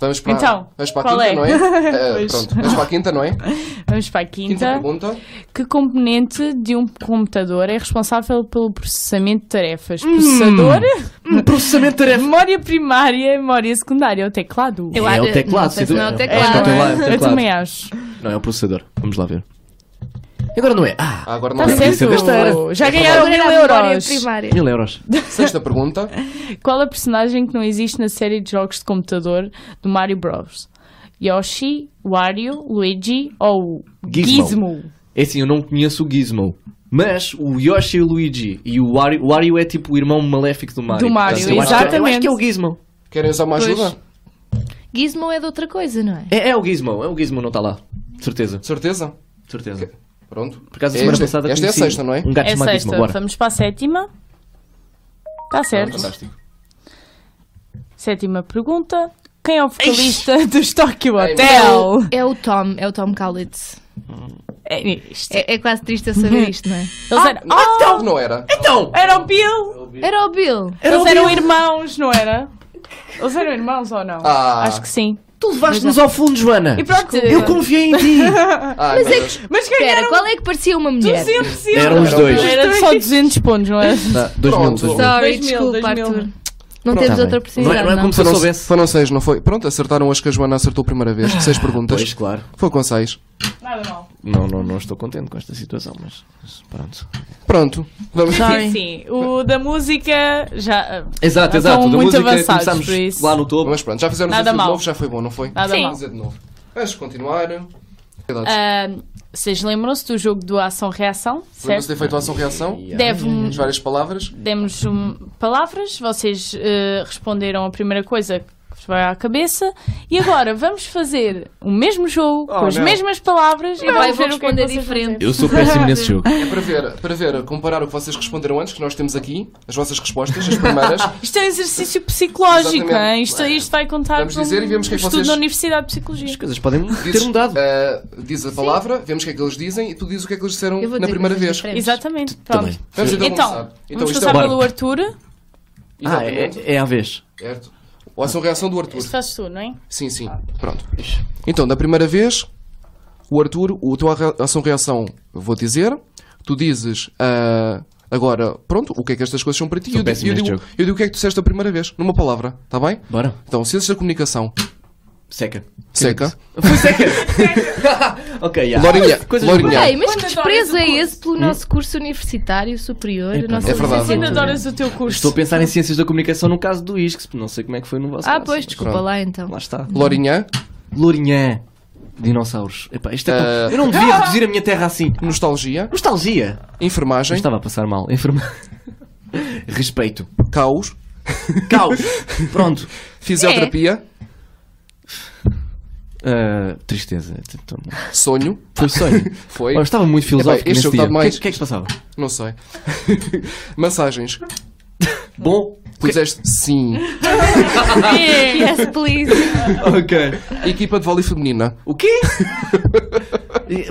Vamos para,
Então,
vamos para a
qual
quinta,
é?
não é? Eh,
Pois.
pronto, vamos para a quinta, não é?
Vamos para a
Quinta
quinta.
pergunta.
Que componente de um computador é responsável pelo processamento de tarefas?
Hum.
Processador,
Processamento de tarefa.
memória primária, memória secundária ou teclado? Ah,
Eu
É
acho-
o teclado,
não sei
sem
se não é o
dúvida.
teclado.
Acho que é o teclado.
Eu também acho.
Não, é o processador. Vamos lá ver. E Agora não é. Ah,
Ah, agora não
Está
é.
disse
Tá certo.
besteira.
Já
Agora
ganharam
era
mil
a memória
euros.
primária.
mil euros.
Sexta pergunta.
Qual a personagem que não existe na série de jogos de computador do Mario Bros? Yoshi, Wario, Luigi ou
Gizmo.
Gizmo?
É assim, eu não conheço o Gizmo. Mas o Yoshi e o Luigi e o Wario, o Wario é tipo o irmão maléfico do Mario.
Do Mario,
Portanto, eu acho que- eu
exatamente.
acho que é o Gizmo.
Querem usar uma ajuda?
Gizmo é de outra coisa, não é?
É, é o Gizmo, é o Gizmo, não está lá. De Certeza,
De Certeza?
de certeza.
Pronto.
Por acaso, a
É
semana
esta- Esta
passada
é a
conheci
sexta, não é?
Um gato
É
chamado
sexta.
Gizmo, bora.
Vamos para a sétima. Está certo.
Fantástico.
Sétima pergunta. Quem é o vocalista dos Tokyo Hotel?
É o Tom, é o Tom Cowlitz.
É isto.
É, é quase triste eu saber isto, não é?
Eles eram, Ah,
Não era.
Então!
era o Bill!
Era o Bill.
Eles eram irmãos, não era? Eles eram irmãos ou não?
Ah.
Acho que sim.
Tu levaste-nos ao fundo, Joana!
E pronto.
Eu confiei em ti!
Ai, meu
é
Deus.
Mas
Espera,
ganharam
qual é que parecia uma mulher?
200
Eram os dois.
Era só 200 pontos, não é?
Tá, dois mil,
Pronto.
dois mil.
Sorry,
Dois mil,
desculpa,
dois mil.
Arthur. Não
Pronto,
temos
tá
outra
bem. Não é-
oportunidade,
não é
não.
como se eu
Foram,
soubesse.
foram seis, não foi? Pronto, acertaram as que a Joana acertou a primeira vez. Seis perguntas.
Pois, claro.
Foi com seis.
Nada mal.
Não, não, não estou contente com esta situação, mas, mas pronto.
Pronto. Vamos.
Sim, sim. O da música já.
Exato,
já
exato.
Estão
Da
muito
música
avançados
começámos
por isso.
lá no topo.
Mas pronto, já fizemos
Nada
isso de
mal.
novo, já foi bom, não foi?
Nada
Vamos
mal. Ah,
fazer de novo. Vamos continuar. Lembra-se
Ahm, vocês lembram-se do jogo do Ação-Reação?
de ter
Certo?
feito a ação-reação?
Hum.
Deve-me
As várias palavras.
demos um, palavras, vocês eh, responderam a primeira coisa que vos vai à cabeça e agora vamos fazer o mesmo jogo
Oh,
com as
não.
mesmas palavras e
Não,
vai
eu vou
ver o que é que
responder
vocês vão
diferente.
dizer.
Eu sou péssimo nesse jogo.
É para ver, para ver, comparar o que vocês responderam antes, que nós temos aqui, as vossas respostas, as primeiras.
Isto é um exercício psicológico,
Exatamente.
hein? Isto, isto vai contar
Vamos
como
dizer e vemos o que é que
estudo
vocês-
na Universidade de Psicologia.
As coisas podem ter
Dizes,
mudado.
eh, diz a palavra, vemos o que é que eles dizem e tu dizes o que é que eles disseram na primeira vez.
Exatamente, pronto.
Também.
Vamos então,
Então,
começar.
vamos
isto
começar
é o-
pelo Arthur.
Ah,
Exatamente.
é, é à vez.
Certo. Ou ação reação do Arthur.
Isto fazes tu, não é?
Sim, sim. Pronto. Então, da primeira vez, o Arthur, o teu ação-reação, vou dizer, tu dizes ah, agora, pronto, o que é que estas coisas são para ti?
Sou
Eu, digo-
péssimo
eu,
neste
digo,
jogo.
eu digo o que é que tu disseste a primeira vez, numa palavra, tá bem?
Bora.
Então, ciências da comunicação,
Seca.
seca.
Ok, já.
Lorinha,
Coisas
Lorinha.
Peraí, mas que
Quantas
desprezo
horas
é
do
esse pelo nosso curso universitário superior? a
Epá,
nossa
é verdade.
Ainda
licenciatura?
adoras o teu curso.
Estou a pensar em ciências da comunicação no caso do ISCS, não sei como é que foi no vosso
Ah,
caso,
pois,
mas
desculpa
pronto.
lá então.
Lá está.
Lorinha,
Lourinhã. Dinossauros. Epá, isto é tão-
Eh,
Eu não devia reduzir a minha terra assim.
nostalgia,
Nostalgia. Eu
enfermagem,
estava a passar mal. Informa... Respeito.
caos,
Caos. Pronto.
fisioterapia,
Ah, tristeza. Então,
É.
sonho,
Foi sonho.
Ah. foi,
Eu estava muito filosófico
Epá, este
nesse
jogo
dia.
está demais.
O que, que é que se passava?
não sei, massagens,
Bom.
tu disseste sim,
Yes, please.
Ok.
equipa de vôlei feminina,
O quê?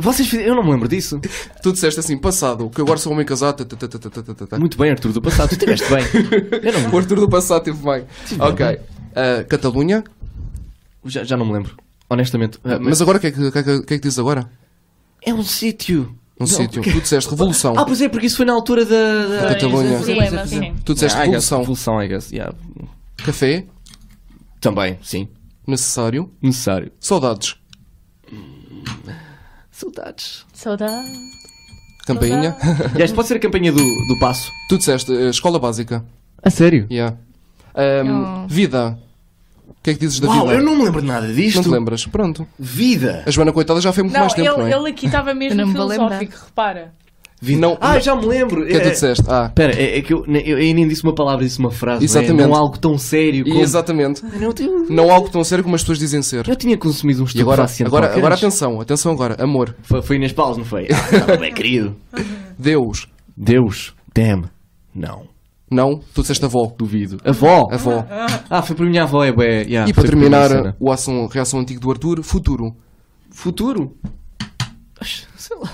Vocês fizeram... Eu não me lembro disso.
Tu disseste assim, passado, que eu agora sou homem casado. tá, tá, tá, tá, tá, tá, tá, tá.
Muito bem, Arthur do passado. Tu estiveste bem. Eu não me
O
lembro.
Arthur do passado teve bem. ok. Ah, Catalunha.
Já, já não me lembro. Honestamente. Ah,
Mas agora o que, é que, o que é que- o que é que dizes agora?
É um sítio.
Um sítio. Tu disseste revolução.
Ah, pois é, porque isso foi na altura da... da...
Catalunha.
Sim,
Pois é,
mas
pois é.
sim.
Tu disseste
Ah, I guess,
revolução.
Revolução, I guess. Yeah.
Café.
Também, sim.
Necessário.
Necessário.
Saudades.
Saudades.
Saudade.
Campainha.
E acho que pode ser a campanha do, do Passo.
tu disseste eh, escola básica.
A sério?
Yeah. Ahm, Vida. O que é que dizes da
Uau,
vida?
eu não me lembro de nada disto.
Não te lembras? Pronto.
Vida.
A Joana Coitada já foi muito
Não,
mais tempo,
ele,
não é?
ele aqui estava mesmo
Eu não me vou
filosófico, repara.
Vida.
Não,
ah,
não.
já me lembro.
O que é que tu disseste? Ah,
Espera, é, é que eu, eu, eu nem disse uma palavra, disse uma frase. Não, é?
Exatamente.
não algo tão sério
e
como...
exatamente.
Não, eu, tinha-
Não algo tão sério como as pessoas dizem ser.
eu tinha consumido um
E agora,
estupefaciente
agora,
qualquer
agora
antes.
atenção, atenção agora. Amor.
Foi, foi Inês Paus, não foi? Ah, tá bem, querido.
Deus.
Deus, damn, não.
Não, tu disseste avó.
Duvido. Avó.
Avó.
Ah, foi para minha avó, é bué. yeah,
e para
foi por minha
terminar
cena.
o ação, reação antigo do Arthur, futuro.
Futuro? Oxe, Sei lá.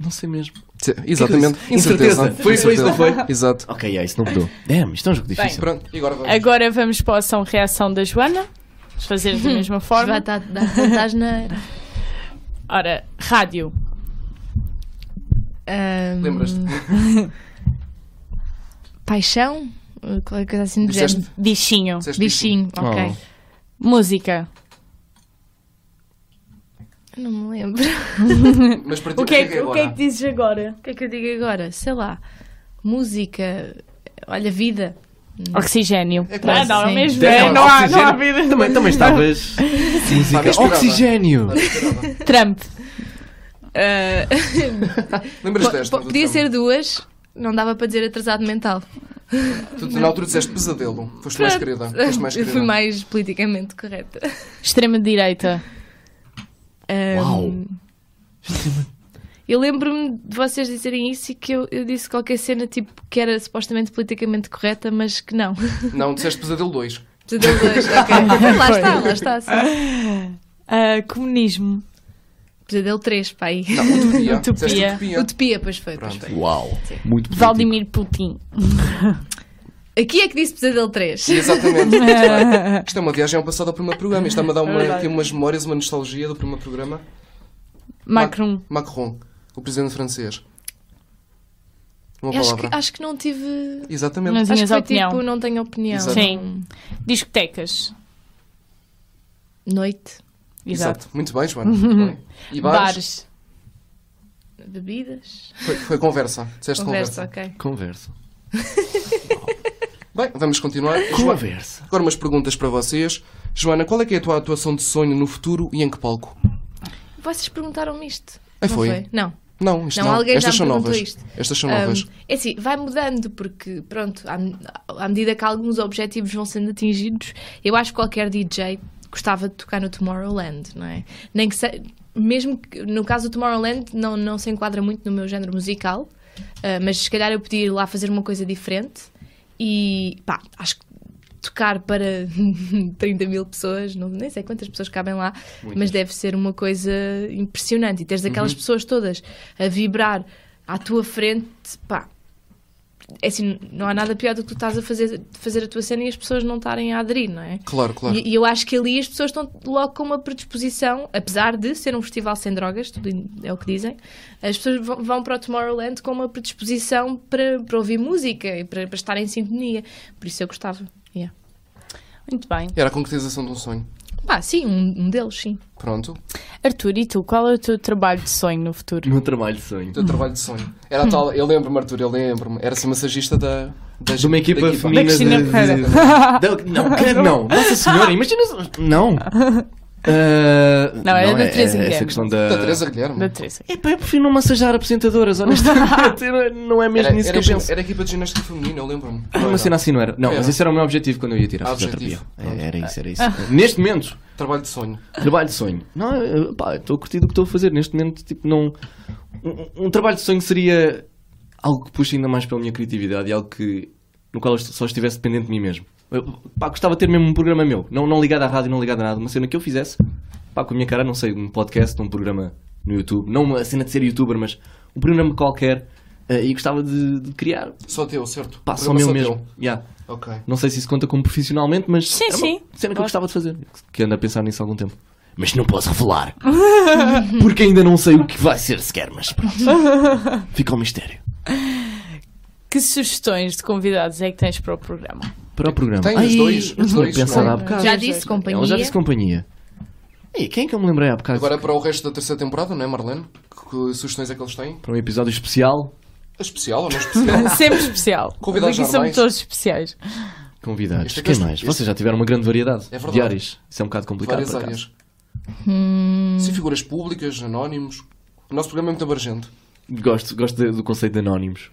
Não sei mesmo.
Se- Exatamente.
disse? Incerteza. Foi- foi isso, não foi?
Exato.
Ok, yeah, isso não mudou. Damn, isto é um jogo difícil.
Pronto, e agora vamos.
Agora vamos para a ação-reação da Joana. Vamos fazer da mesma
Vai
forma.
estar a dar voltas na.
Ora, rádio.
Ahm,
Lembras-te?
Paixão? Uh, Qualquer coisa assim do
Disseste-
género.
Bichinho.
Disseste Oh.
Bichinho, ok.
Música.
Eu Não me lembro.
bichinho. Mas para ti,
O que, é que, o que
agora?
é que dizes agora?
O que é que eu digo agora? Sei lá. Música. Olha, vida.
Oxigênio.
É
não,
quase,
não,
sim.
mesmo.
Damn,
é, não, há, não há
oxigênio.
vida.
Também, também estavas.
Ah,
Música.
mas esperava.
Oxigênio.
Trump.
Ah,
Lembras-te desta?
po- podia
Doutor?
ser duas, não dava para dizer atrasado mental.
Tu, na altura disseste pesadelo. Foste mais querida. Foste mais
Eu
querida.
fui mais politicamente correta.
Extrema-direita.
Ah,
Uau.
Eu lembro-me de vocês dizerem isso e que eu, eu disse qualquer cena tipo que era supostamente politicamente correta, mas que não.
Não, disseste pesadelo 2.
Portanto, eu dois, ok. Lá está, lá está. Sim.
Ah, comunismo.
Pesadelo 3, pai.
Não, utopia.
Utopia.
Disseste utopia.
Utopia, pois foi, pois
Pronto.
foi.
Uau. Muito bonito.
Vladimir Putin.
Aqui é que disse Pesadelo 3.
Exatamente. Isto é- Isto é uma viagem ao passado ao primeiro programa. Isto está-me a dar uma, aqui umas memórias, uma nostalgia do primeiro programa.
Macron.
Macron, o presidente francês. Uma
Acho
palavra.
que, acho que não tive.
Exatamente.
Mas-
Acho que
Tinhas
foi
opinião.
tipo, não tenho opinião.
Exato.
Sim. Discotecas.
Noite,
Exato.
Muito bem, Joana. Muito bem. E bares?
Bares.
bebidas,
Foi, foi conversa. Disseste
conversa,
conversa.
ok.
Conversa.
Bem, vamos continuar. Joana,
Conversa.
agora umas perguntas para vocês. Joana, qual é que é a tua atuação de sonho no futuro e em que palco?
Vocês perguntaram-me isto.
Ah,
não
foi? Então
Não.
Não, isto
Não,
não.
alguém já
Estas
me
são
perguntou
novas.
isto.
Estas são
Ahm,
novas.
é assim, vai mudando, porque pronto, à, à medida que alguns objetivos vão sendo atingidos, eu acho que qualquer DJ gostava de tocar no Tomorrowland, não é? Nem que se, mesmo que no caso do Tomorrowland não, não se enquadra muito no meu género musical, ah, mas se calhar eu podia ir lá fazer uma coisa diferente e pá, acho que tocar para 30 mil pessoas, não, nem sei quantas pessoas cabem lá, mas deve ser uma coisa impressionante. E teres aquelas
Uhum.
pessoas todas a vibrar à tua frente, pá. É assim, não há nada pior do que tu estás a fazer, fazer a tua cena e as pessoas não estarem a aderir, não é?
Claro, claro.
E, e eu acho que ali as pessoas estão logo com uma predisposição, apesar de ser um festival sem drogas, tudo in- é o que dizem, as pessoas vão, vão para o Tomorrowland com uma predisposição para, para ouvir música e para, para estar em sintonia. Por isso eu gostava. Yeah.
Muito bem.
Era a concretização de um sonho.
Pá, sim, um, um deles, sim.
Pronto.
Arthur, e tu? Qual é o teu trabalho de sonho no futuro?
Meu trabalho de sonho.
O teu trabalho de sonho. Era a tal. Eu lembro-me, Arthur, eu lembro-me. Era ser massagista da. da
De uma equipa
da
feminina
Da Cristina
de- de-
Ferreira.
da- não, que- não, Nossa Senhora, imagina. Não. Ah,
Não, é da Teresa
é,
Guilherme.
Essa questão da.
Da Teresa Guilherme.
Da Teresa.
Epá, eu prefiro não massajar apresentadoras, honestamente. Eu não- não é mesmo
Era,
isso
era,
que eu penso.
era a equipa de ginástica feminina, eu lembro-me.
Era uma cena assim, não era? Não,
Era.
mas esse era o meu objetivo quando eu ia tirar
Ah,
a fisioterapia.
objetivo. Ah.
É, Era isso, era isso. Neste momento,
Trabalho de sonho.
Trabalho de sonho. Não, eu, pá, estou a curtir do que estou a fazer neste momento. Tipo, não. Um, um trabalho de sonho seria algo que puxa ainda mais pela minha criatividade e algo que. no qual eu est- só estivesse dependente de mim mesmo. Eu, pá, gostava de ter mesmo um programa meu. Não, não ligado à rádio, não ligado a nada. Uma cena que eu fizesse, pá, com a minha cara, não sei, um podcast, um programa no YouTube. Não uma cena de ser youtuber, mas um programa qualquer. eh, e gostava de, de criar.
Só teu, certo?
Pá, só
Programa
meu
só
mesmo. Yeah.
teu. Ok.
Não sei se isso conta como profissionalmente, mas
Sim,
era uma
sim.
cena que eu gostava de fazer. Que ando a pensar nisso há algum tempo. Mas não posso revelar. porque ainda não sei o que vai ser sequer, mas pronto. Fica um mistério.
Que sugestões de convidados é que tens para o programa?
Para o programa.
Tem os dois,
eu
os
tinha
dois,
pensado
não é?
há bocado.
Já disse companhia.
Ela já disse companhia. E quem é que eu me lembrei há bocado?
Agora para o resto da terceira temporada, não é, Marlene? Que, que sugestões é que eles têm?
Para um episódio especial,
Especial ou não especial?
Sempre especial.
Convidados
Aqui somos
normais.
todos especiais.
convidados.
Este é que
Quem
este-
mais?
este-
Vocês já tiveram uma grande variedade
É verdade.
de áreas. Isso é um bocado complicado
Várias
por acaso.
áreas.
Hum.
Sim, figuras públicas, anónimos. O nosso programa é muito abrangente.
Gosto, gosto de- do conceito de anónimos.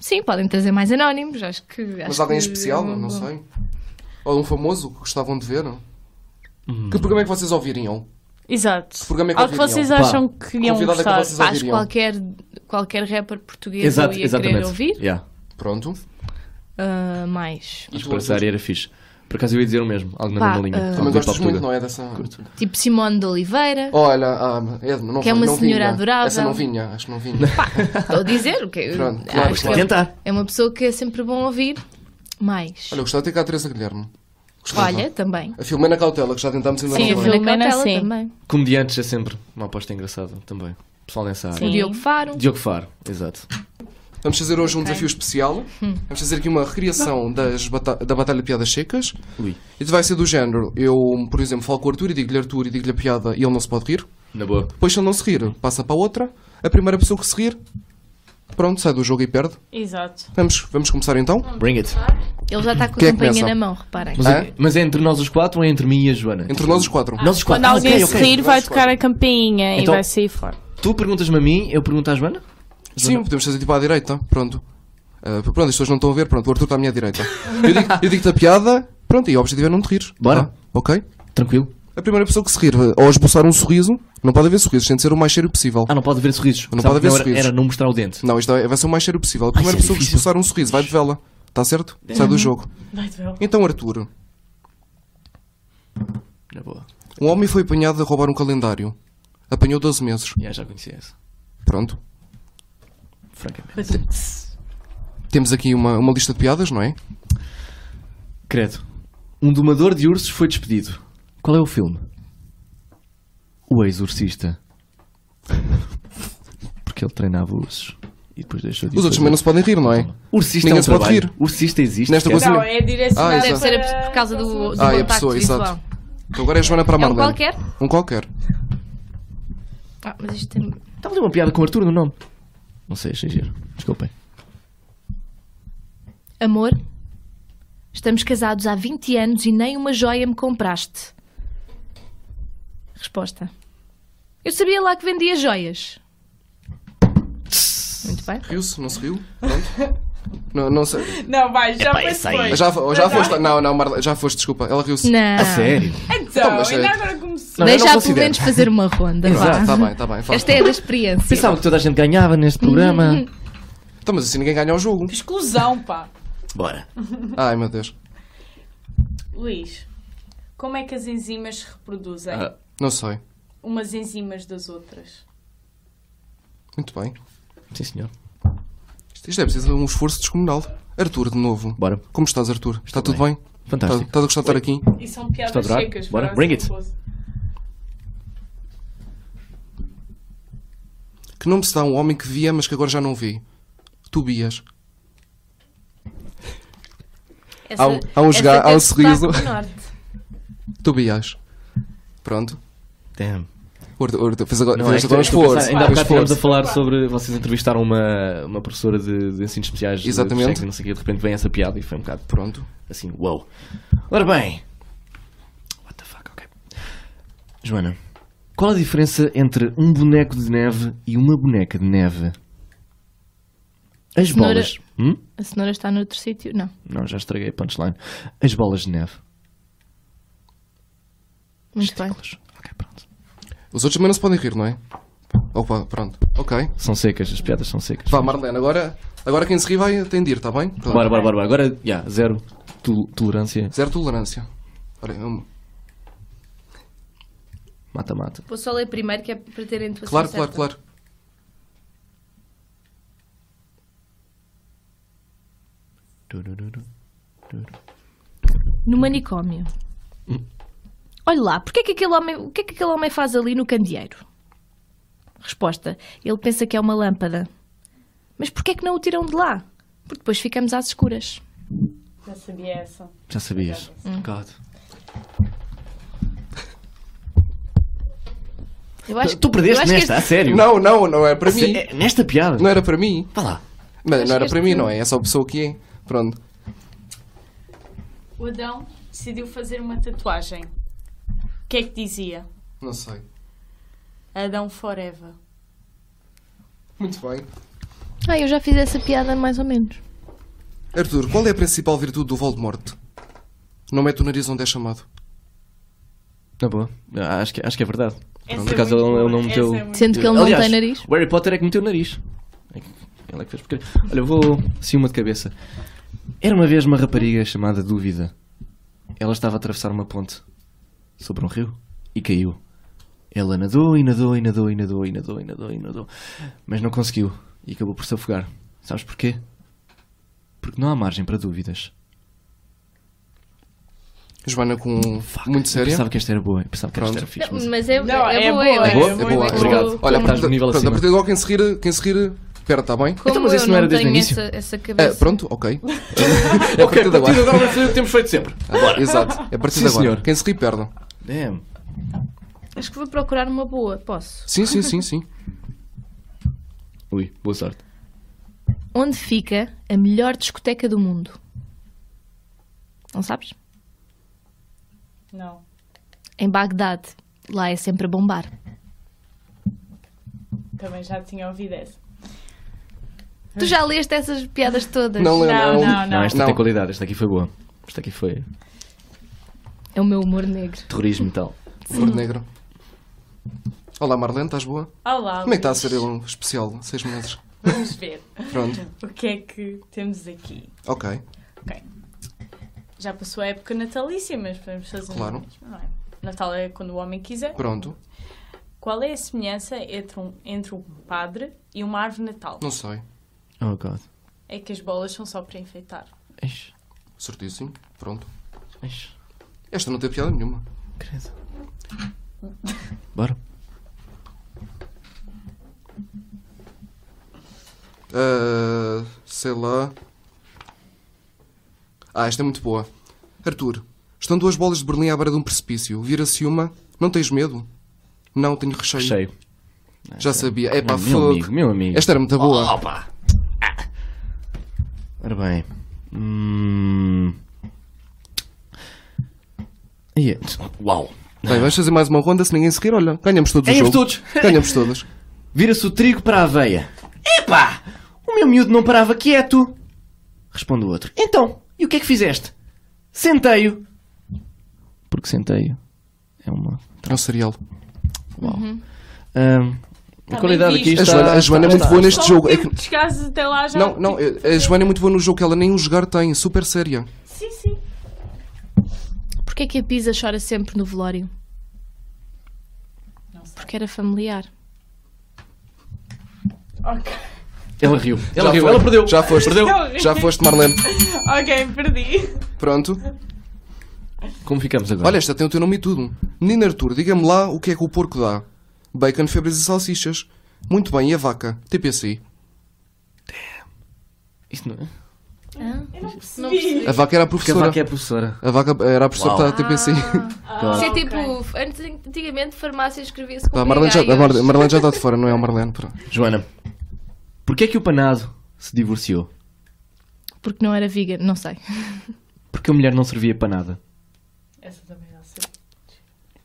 Sim, podem trazer mais anónimos, acho que.
Mas alguém especial, não sei. Ou um famoso que gostavam de ver.
Hum.
Que programa é que vocês ouviriam?
Exato. Que
programa é que
Algo que
ouviriam?
vocês
Pá.
acham que iriam
Convidado é que
gostar.
vocês
Acho que
ouviriam?
qualquer, qualquer rapper português
Exato,
eu ia querer
exatamente.
ouvir.
Yeah.
Pronto.
Tá,
Ah, mais.
E
Acho
tu,
que para essa
Arthur?
área era fixe. Por acaso eu ia dizer o mesmo, algo na
Pá,
mesma linha.
ah,
Algo
Também
de
gostas
Portugal.
muito, não é? Dessa...
Tipo Simone de Oliveira.
Olha, ah, Edna, não
Que é uma
não
senhora
vinha.
adorável.
Essa não vinha, acho que não vinha.
Estou a dizer o que
Pronto,
Ah,
claro,
acho que
claro.
é-
Tentar.
é uma pessoa que é sempre bom ouvir. Mais.
Olha, eu gostava de ter cá a Teresa Guilherme. Gostava.
Olha, também.
A Filomena Cautela, que já tentámos ainda não
Sim, a
foi.
Filomena. sim.
também.
Comediantes é sempre uma aposta engraçada também. Pessoal nessa área.
O Diogo Faro.
Diogo Faro, exato.
Vamos fazer hoje um desafio especial. Vamos fazer aqui uma recriação das bata- da Batalha de Piadas Secas.
Ui.
E vai ser do género. Eu, por exemplo, falo com o Arthur e digo-lhe Arthur e digo-lhe a piada e ele não se pode rir.
Na boa.
Depois, se ele não se rir, passa para a outra. A primeira pessoa que se rir, pronto, sai do jogo e perde.
Exato.
Vamos, vamos começar então?
Bring it.
Ele já está com a
Quem é que
campanha
começa?
na mão, reparem.
Mas,
Hã?
é, mas é entre nós os quatro ou é entre mim e a Joana?
Ah? Entre nós os quatro.
Nós os quatro.
Quando
Ah,
alguém
ok,
se
ok.
rir, vai tocar a campainha
Então-
e vai sair fora.
Tu perguntas-me a mim, eu pergunto à Joana?
Sim, podemos fazer tipo à direita. Pronto. Ah, pronto, as pessoas não estão a ver. Pronto, o Arthur está à minha direita. Eu digo- Eu digo-te a piada. Pronto, e o objetivo é não te rir.
Bora.
Tá? Ok?
Tranquilo.
A primeira pessoa que se rir eh, ou esboçar um sorriso, não pode haver sorrisos, tem de ser o mais sério possível.
Ah, não pode haver sorrisos.
Não
Sabe
pode haver
que
sorrisos.
Era, era não mostrar o dente.
Não, isto é- vai ser o mais sério possível. A primeira
isso é
pessoa que
difícil. É.
esboçar
Uhum.
um sorriso vai de vela. Está certo? Sai do jogo. Então, Arthur,
Na boa.
um homem foi apanhado a roubar um calendário. Apanhou 12 meses.
Já, já conhecia essa.
Pronto.
Francamente.
é.
Temos aqui uma, uma lista de piadas, não é?
Credo. Um domador de ursos foi despedido. Qual é o filme? O Exorcista. Porque ele treinava ursos. e depois deixou de
Os outros também não se podem rir, não é?
Ursista
Ninguém
é um
se pode
trabalho.
rir.
Ursista existe.
Nesta
cara.
coisa-
Não, é direcionado
Ah,
Deve
exato.
ser
para-
por causa do, do
Ah, é a
contacto
pessoa,
visual.
exato. Então agora é a Joana para a
É um
Marlene.
qualquer?
Um qualquer.
Ah, mas isto tem...
Estava ali uma piada com o Arthur no nome. Não sei, achei giro. Desculpem.
Amor, estamos casados há 20 anos e nem uma joia me compraste. Resposta. Eu sabia lá que vendia joias. Muito bem.
Riu-se? Não se riu? Pronto. Não, não sei.
Não, vai, já foi depois.
Já, fo- já foste. Não, não, Marlene, já foste, desculpa. Ela riu-se.
Não.
A sério?
Então,
Então,
mas é-
ainda agora começou.
Não, eu
Deixa
não
pelo
considero. tá
menos fazer uma ronda. vá.
Exato, está tá bem, está bem. Faz.
Esta é da experiência.
Pensava que toda a gente ganhava neste programa.
Então, mas assim ninguém ganha o jogo.
Exclusão, pá.
Bora.
Ai meu Deus.
Luís, como é que as enzimas se reproduzem?
Ah.
Não sei.
Umas enzimas das outras.
Muito bem.
Sim, senhor.
Isto isto é preciso um esforço descomunal. Arthur, de novo.
Bora.
Como estás, Arthur? Está tudo bem? Estás
Fantástico.
estás a gostar de estar aqui?
E são
Está a
piadas
durar?
secas.
Bora,
para
bring
se
it.
fosse.
Que nome se dá a um homem que via, mas que agora já não vê? Tobias.
Essa-
Há um- há um
essa
jogar- há
tem
um sorriso.
sotaque do norte.
Tobias. Pronto.
Damn.
O Arthur- o Arthur fez agora,
Não, é
fizeste
que
agora um
estou a pensar-
esforço.
Ainda há
Um
bocado estivemos
esforço.
a falar sobre. Vocês entrevistaram uma, uma professora de, de ensinos especiais. de
Exatamente.
sexo e não sei o quê, de repente vem essa piada e foi um bocado
Pronto.
assim, wow. Ora bem. What the fuck, ok. Joana, qual a diferença entre um boneco de neve e uma boneca de neve? As
Cenoura.
bolas. Hum?
A cenoura está noutro sítio? Não.
Não, já estraguei a punchline. As bolas de neve.
Muito bem.
Bolas. Ok, pronto.
Os outros também não se podem rir, não é? Opa, pronto. Ok.
São secas, as piadas são secas.
Vá, Marlene, agora, agora quem se ri vai atender, está bem? Pronto.
Bora, bora, bora. bora. Agora, já, zero to- tolerância.
Zero tolerância. Ora, um-
Mata, mata.
Vou só ler primeiro que é para terem tua
Claro, claro, claro.
Turururu.
No manicômio.
Hum.
Olha lá, porquê é que aquele homem, o que é que aquele homem faz ali no candeeiro? Resposta: Ele pensa que é uma lâmpada. Mas porquê é que não o tiram de lá? Porque depois ficamos às escuras.
Já sabia essa.
Já sabias. God.
Eu acho,
Tu- tu perdeste
eu acho que
nesta, a
este-
sério?
Não, não, não é para
Se-
mim.
é- nesta piada.
Não era para mim.
Vá lá.
Não, não era
que
para
este-
mim, não é? É só a pessoa que é. Pronto.
O Adão decidiu fazer uma tatuagem. O que é que dizia?
Não sei.
Adão Forever.
Muito bem.
Ah, eu já fiz essa piada mais ou menos.
Arthur, qual é a principal virtude do Voldemort? Não mete o nariz onde é chamado.
Na boa. Ah, Acho que, acho que é verdade.
Essa
Por acaso
é muito
ele- ele não
boa,
meteu-
essa é muito-
Sendo que ele
Aliás,
não tem nariz.
O Harry Potter é que meteu o nariz. É que- Ele é que fez porque... Olha, eu vou assim uma de cabeça. Era uma vez uma rapariga chamada Dúvida. Ela estava a atravessar uma ponte sobre um rio e caiu. Ela nadou e nadou e nadou e nadou e nadou e nadou e nadou. Mas não conseguiu e acabou por se afogar. Sabes porquê? Porque não há margem para dúvidas.
Joana com
Fuck,
muito
Eu
séria.
pensava que esta era boa. Eu pensava que
Pronto.
esta era fixe. mas-
mas é,
Não, é boa,
eu
é
acho.
boa,
É boa,
Muito
obrigado. Olha, a
Estás
partir,
no nível
pronto,
acima.
a partir de agora quem se rir, quem se rir perde, está bem?
Como
Então, mas
eu
isso não era desde o
tenho
início?
Essa, essa cabeça.
É, pronto, ok. é a partir de agora.
vai fazer o que temos feito sempre.
Ah, Exato, é a partir
Sim,
de agora.
senhor.
Quem se rir perde.
Damn.
Acho que vou procurar uma boa, posso?
Sim, sim, sim, sim.
Ui, boa sorte.
Onde fica a melhor discoteca do mundo? Não sabes?
Não.
Em Bagdade. Lá é sempre a bombar.
Também já tinha ouvido essa.
Tu já leste essas piadas todas?
Não, não,
Não, não,
Não, esta
Não.
tem qualidade, esta aqui foi boa. Esta aqui foi
É o meu humor negro.
terrorismo e tal.
Flor de negro. Olá Marlene, estás boa?
Olá,
Como é que está a
Luís.
ser um especial? Seis meses.
Vamos ver
Pronto,
o que é que temos aqui.
ok.
Já passou a época natalícia, mas podemos fazer
Claro.
o mesmo, não é? Natal é quando o homem quiser.
Pronto,
Qual é a semelhança entre um, entre um padre e uma árvore natal?
não sei.
Oh god.
É que as bolas são só para enfeitar.
Eish,
Certíssimo, pronto.
eish,
Esta não tem piada nenhuma.
credo. Bora.
Ah, sei lá. Ah, esta é muito boa. Arthur, estão duas bolas de Berlim à beira de um precipício. Vira-se uma. Não tens medo? Não, tenho recheio.
Cheio.
Já sabia. É pá,
Meu amigo, meu amigo.
Esta era muito boa.
Opa! Ah. Ora bem. Hum... E- Uau!
Bem, vamos fazer mais uma ronda. Se ninguém se rir, olha, ganhamos todos
Ganhamos
o jogo.
todos.
Ganhamos todos.
Vira-se o trigo para a aveia. Epá! O meu miúdo não parava quieto. Responde o outro. Então, e o que é que fizeste? Sentei-o. Porque sentei-o. É uma.
É um cereal.
Ahm, Hum, a
bem
qualidade aqui
visto.
está.
A Joana, a Joana é muito
está-
boa
Só
neste jogo.
o
É
tempo
que-
de chegares Tipo, até lá já.
Não, não, a Joana é muito boa no jogo que ela nem o jogar tem, super séria.
Sim, sim.
Porquê é que a Pisa chora sempre no velório? Porque era familiar.
Ok,
Ela riu. Ela
Já
riu.
foi.
Ela perdeu.
Já foste.
Perdeu.
Já foste, Marlene.
ok, perdi.
Pronto.
Como ficamos agora?
Olha, esta tem o teu nome e tudo. Menino Arthur, diga-me lá o que é que o porco dá. Bacon, febres e salsichas. Muito bem, e a vaca? TPC.
Isto não é?
Não percebi.
A vaca era a
Porque a
professora.
vaca é a professora.
A vaca era a professora
Uau.
da TPC.
Ah,
Isso é
ok.
tipo, antes, antigamente farmácia escrevia-se com
Tá, a Marlene já, a
brigaios.
Mar- Marlene já está de fora, não é a Marlene? Pera.
Joana, porquê é que o Panado se divorciou?
Porque não era vegan, não sei.
Porque a mulher não servia para nada.
Essa também dá certo.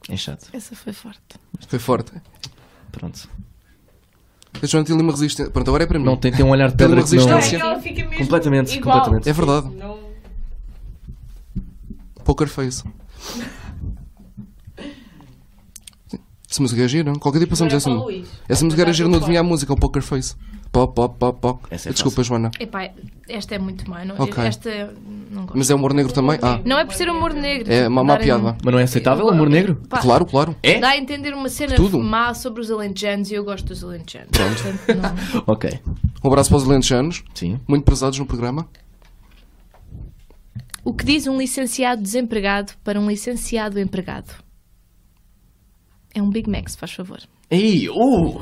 É chato.
Essa foi forte.
Foi forte.
Pronto.
A Joana tem ali uma resistência. Pronto, agora é para mim.
Não tem, tem um olhar de
Tem uma
pedra que não...
Não, é
resistência.
que ela fica mesmo
assim, Completamente,
igual.
completamente.
É verdade.
Não...
Poker Face. Essa música é gira. Qualquer dia passamos
Agora
essa
para o
música.
Luís.
Essa música era
Apesar
gira,
do
não
pop.
adivinha a música, é o Poker Face. Pop, pop, pop, pop.
Essa é
Desculpa, Joana.
Epá, esta é muito má. Não,
Ok.
Esta não gosto.
Mas é humor negro também? Ah,
Não é por ser humor negro.
é uma má
Darem-
piada.
Mas não é aceitável, amor negro?
Pá,
Claro, claro.
É?
Dá a entender uma cena
Tudo.
má sobre os alentejanos e eu gosto dos alentejanos. Portanto, não.
Ok.
Um abraço para os alentejanos,
Sim.
muito prezados no programa.
O que diz um licenciado desempregado para um licenciado empregado? É um Big Mac, se faz favor.
Ei, uh,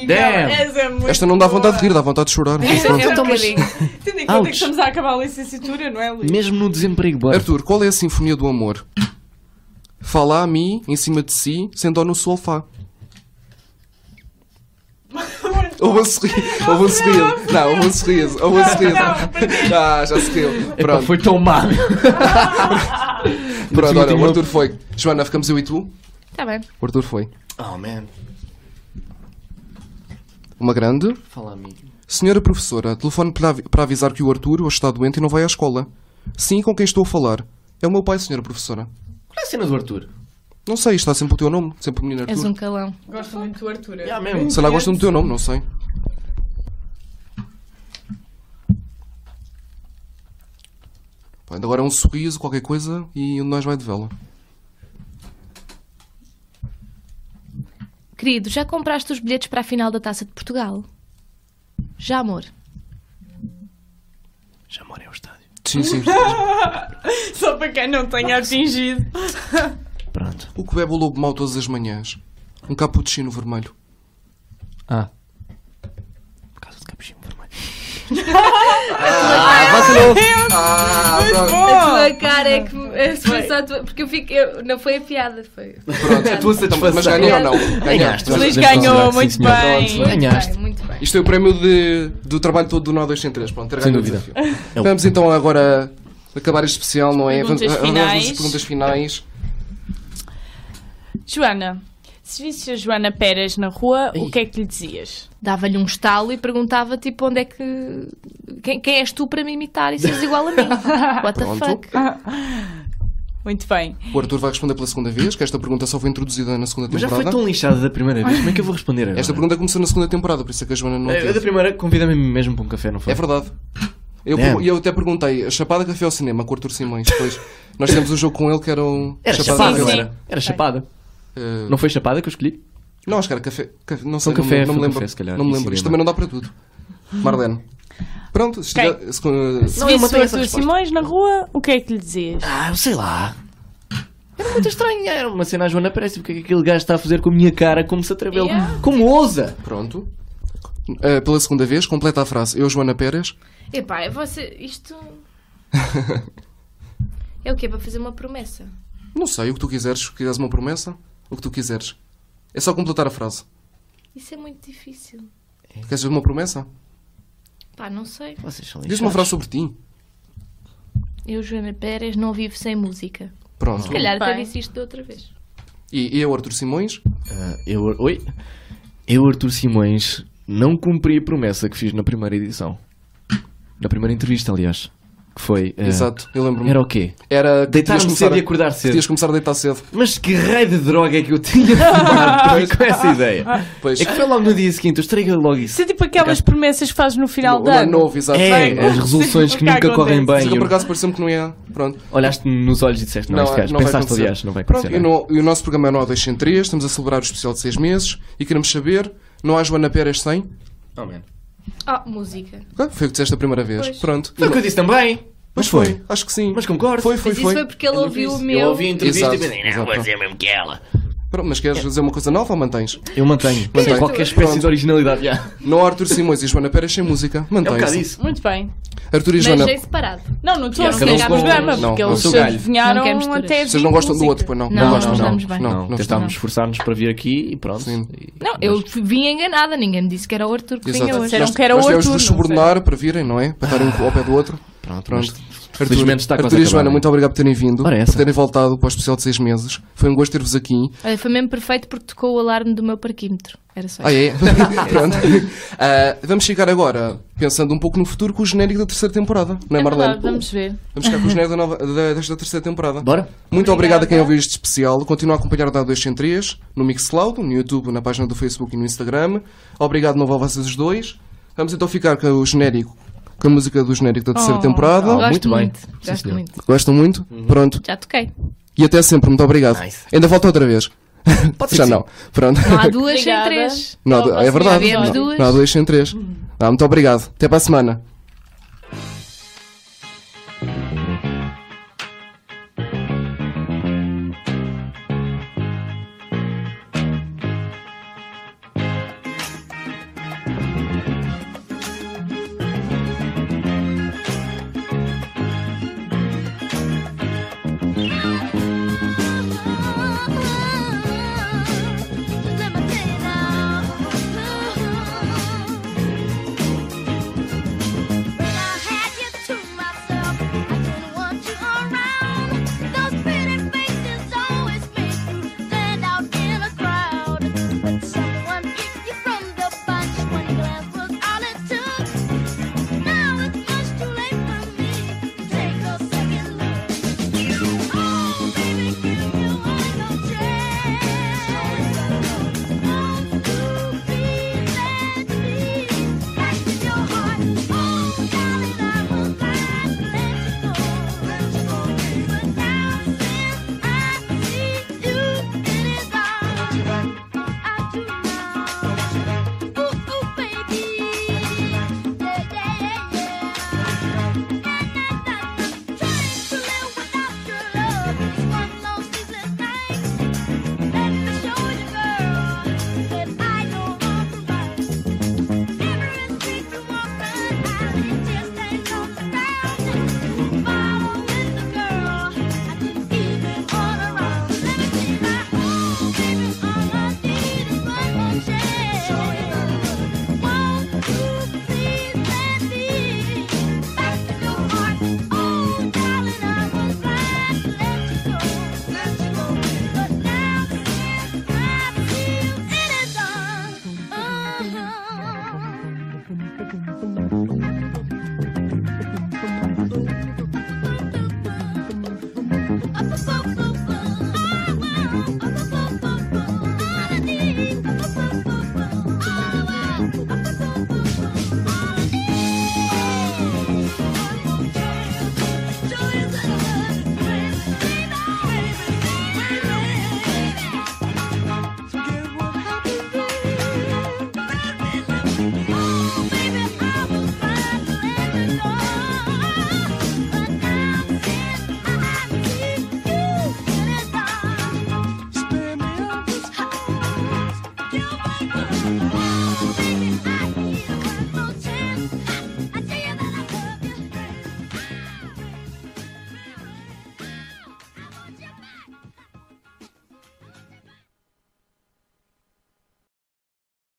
Ai, não,
damn.
essa é muito
Esta não dá vontade de
boa.
rir, dá vontade de chorar. Mas
Essa
pronto.
é um bocadinho.
Tendo em conta
Ouch.
que estamos a acabar a licenciatura, não é, Luís?
Mesmo no desemprego, bora.
Arthur, qual é a sinfonia do amor? Fala a mim, em cima de si, sendo no sofá. Houve um sorriso, houve um sorriso. Não, houve um sorriso, houve um sorriso. Ah, já se riu.
Epá,
Pronto,
foi tão má.
pronto, olha,
tinha
o
uma-
Arthur foi. Joana, ficamos eu e tu?
Está Tá bem.
O Arthur foi.
Oh, man.
Uma grande.
Fala amigo.
Senhora professora, telefone para avi- para avisar que o Arthur hoje está doente e não vai à escola. Sim, com quem estou a falar? É o meu pai, senhora professora.
Qual é a cena do Arthur?
Não sei, está sempre o teu nome, sempre o menino
És um
Arthur.
calão.
Gosto muito do Arthur.
Yeah, mesmo.
Sei lá, gostam do teu nome, não sei. Pá, ainda agora é um sorriso, qualquer coisa, e um de nós vai de vela.
Querido, já compraste os bilhetes para a final da Taça de Portugal? Já, amor.
Já mora ao estádio.
Sim, sim.
Só para quem não tenha atingido.
Pronto.
o que bebe o lobo mau todas as manhãs? Um cappuccino vermelho.
Ah. Casa de capuchinho vermelho. ah, vacilou.
Ah, pronto.
A tua cara é que. é se fosse a tua- Porque eu fico. eu- não foi a piada, foi.
pronto. Então,
A tua satisfação.
Mas ganhei ou não?
Ganhaste.
Luís
Podemos
ganhou,
considerar que
muito
sim, senhora.
bem.
Pronto,
Muito
Ganhaste.
Bem, muito bem.
Isto é o prémio de- do trabalho todo do Nó 203. Pronto, ter
Sem
ganho o
dúvida.
desafio.
É o-
Vamos então agora acabar este especial, não é?
Perguntas
Vamos- vamos às
finais.
nossas perguntas finais.
Joana, se visse a Joana Pérez na rua, o que é que lhe dizias?
Dava-lhe um estalo e perguntava, tipo, onde é que. Quem, quem és tu para me imitar e seres igual a mim? What the
Pronto.
fuck?
Muito bem.
O Arthur vai responder pela segunda vez, que esta pergunta só foi introduzida na segunda
Mas já foi
temporada.
tão lixada da primeira vez. Como é que eu vou responder agora?
Esta pergunta começou na segunda temporada, por isso é que a Joana não a
Eu da
teve.
primeira convida-me mesmo para um café, não foi?
É verdade. Eu,
Damn.
e eu até perguntei, chapada, café ou cinema, com o Arthur Simões. Depois, nós tivemos um jogo com ele que era um...
Era
chapada,
chapada,
Sim,
não
sim.
era? Era chapada.
Eh,
Não foi chapada que eu escolhi?
não, acho que era café. café- não sei,
Foi
não,
café,
me- não me
foi
lembro.
café, se calhar,
não me
e
lembro. Isto também
cinema.
não dá para tudo. Marlene. Pronto, se
Ok.
tiver- se con-
Se
Não, eu
visse o
matei essa
Arthur
resposta.
Simões na rua, o que é que lhe dizias?
Ah, eu sei lá. Era muito estranho. Era uma cena à Joana Pérez. Porque é que aquele gajo está a fazer com a minha cara? Como se atreveu?
Yeah.
Como, como ousa?
Pronto. Ah, pela segunda vez, completa a frase. Eu, Joana Pérez.
Epá, você. Isto. é o quê? Para fazer uma promessa?
Não sei, o que tu quiseres. Se quiseres uma promessa, o que tu quiseres. É só completar a frase.
Isso é muito difícil.
É.
Queres uma promessa?
Pá, não sei.
Vocês são
Diz uma frase sobre
lixados.
ti.
Eu, Joana Pérez, não vivo sem música.
Pronto.
Hum.
Se calhar até
Bem.
disse isto da outra vez.
E eu, Arthur Simões,
Ah, eu, oi? Eu, Arthur Simões, não cumpri a promessa que fiz na primeira edição. Na primeira entrevista, aliás. Que foi. ah,
Exato, eu lembro-me.
Era o quê?
era que
Deitar-me
podias
cedo e acordar cedo.
Podias começar a deitar cedo.
Mas que raio de droga é que eu tinha fumado com essa ideia?
Pois.
É que foi logo no dia seguinte, eu estraguei logo isso.
Isso é tipo aquelas promessas que fazes no final
O
do
ano
ano.
novo, exato.
É,
Sim.
as resoluções
Sim,
que
nunca
nunca correm
acontece.
bem.
Só que por
eu-
acaso pareceu-me que não ia. Pronto.
Olhaste-me nos olhos e disseste, não, este gajo.
vai
Pensaste,
acontecer.
aliás, não vai acontecer.
Pronto, e, no- e o nosso programa é o 2 em 3, estamos a celebrar o especial de 6 meses e queremos saber, não há Joana Pérez sem?
nada. Oh, man.
Ah, música.
Ah, Foi o que disseste a primeira vez.
Pois.
Pronto.
Foi o que eu disse também.
Mas foi, acho que sim.
Mas concordo.
Foi, foi,
Mas isso
foi.
foi porque ele ouviu o meu.
Eu ouvi a entrevista
Exato,
e pensei, não,
exato.
vou dizer é mesmo que ela.
Pronto, mas queres dizer uma coisa nova ou mantens?
Eu mantenho.
Mantém.
Mantenho qualquer espécie
Pronto.
de originalidade. já.
Não há Arthur Simões e Joana Pérez sem música.
É um É bocado
Mantém-se.
isso.
Muito bem.
Arthur e Joana.
Mas em separado.
Não, não estou a
Yeah, cada
seguir o
um com-
programa,
não,
porque
não
eles
sou
se
galho.
adivinharam
Não quer misturas.
até
Vocês não
vir
gostam do
música.
outro, pois não?
Não,
Não gostam,
não
não.
estamos bem.
Não, não
tentámos
estamos.
esforçar-nos para vir aqui e pronto.
Sim.
E-
Não, eu vim enganada, ninguém me disse que era o Arthur que vinha
Exato.
hoje.
Disseram que era
nós
o
temos de
Arthur,
os
não
subornar para virem, não é? Para estarem um ao pé do outro.
Pronto,
Pronto.
mas Felizmente está quase
Arthur e
a acabar,
Joana,
hein?
muito obrigado por terem vindo,
Ora,
por
essa.
terem voltado para o especial de 6 meses. Foi um gosto ter-vos aqui.
Olha, Eh, foi mesmo perfeito porque tocou o alarme do meu parquímetro. Era só
Ah,
isso.
é? Pronto. Ah, vamos chegar agora, pensando um pouco no futuro, com o genérico da terceira temporada, não é,
É
Marlene?
verdade, vamos ver.
Vamos ficar com o genérico da nova, da, desta terceira temporada.
Bora?
Muito obrigado a quem ouviu este especial. Continua a acompanhar o Dado 203 no Mixcloud, no YouTube, na página do Facebook e no Instagram. Obrigado de novo a vocês os dois. Vamos então ficar com o genérico, com a música do genérico da terceira
Oh.
temporada.
Gosto
muito
muito,
bem. Sim,
gosto
senhor.
muito.
Gostam muito? Pronto.
Já toquei.
E até sempre, muito obrigado.
Nice.
Ainda volta outra vez.
ser
Já
que
não. Pronto.
Não há duas sem
Obrigada.
três.
Não há
Não,
du-
posso
é
ir
verdade.
a ver
Não,
duas? Hum.
não há duas sem três. Ah, muito obrigado. Até para a semana.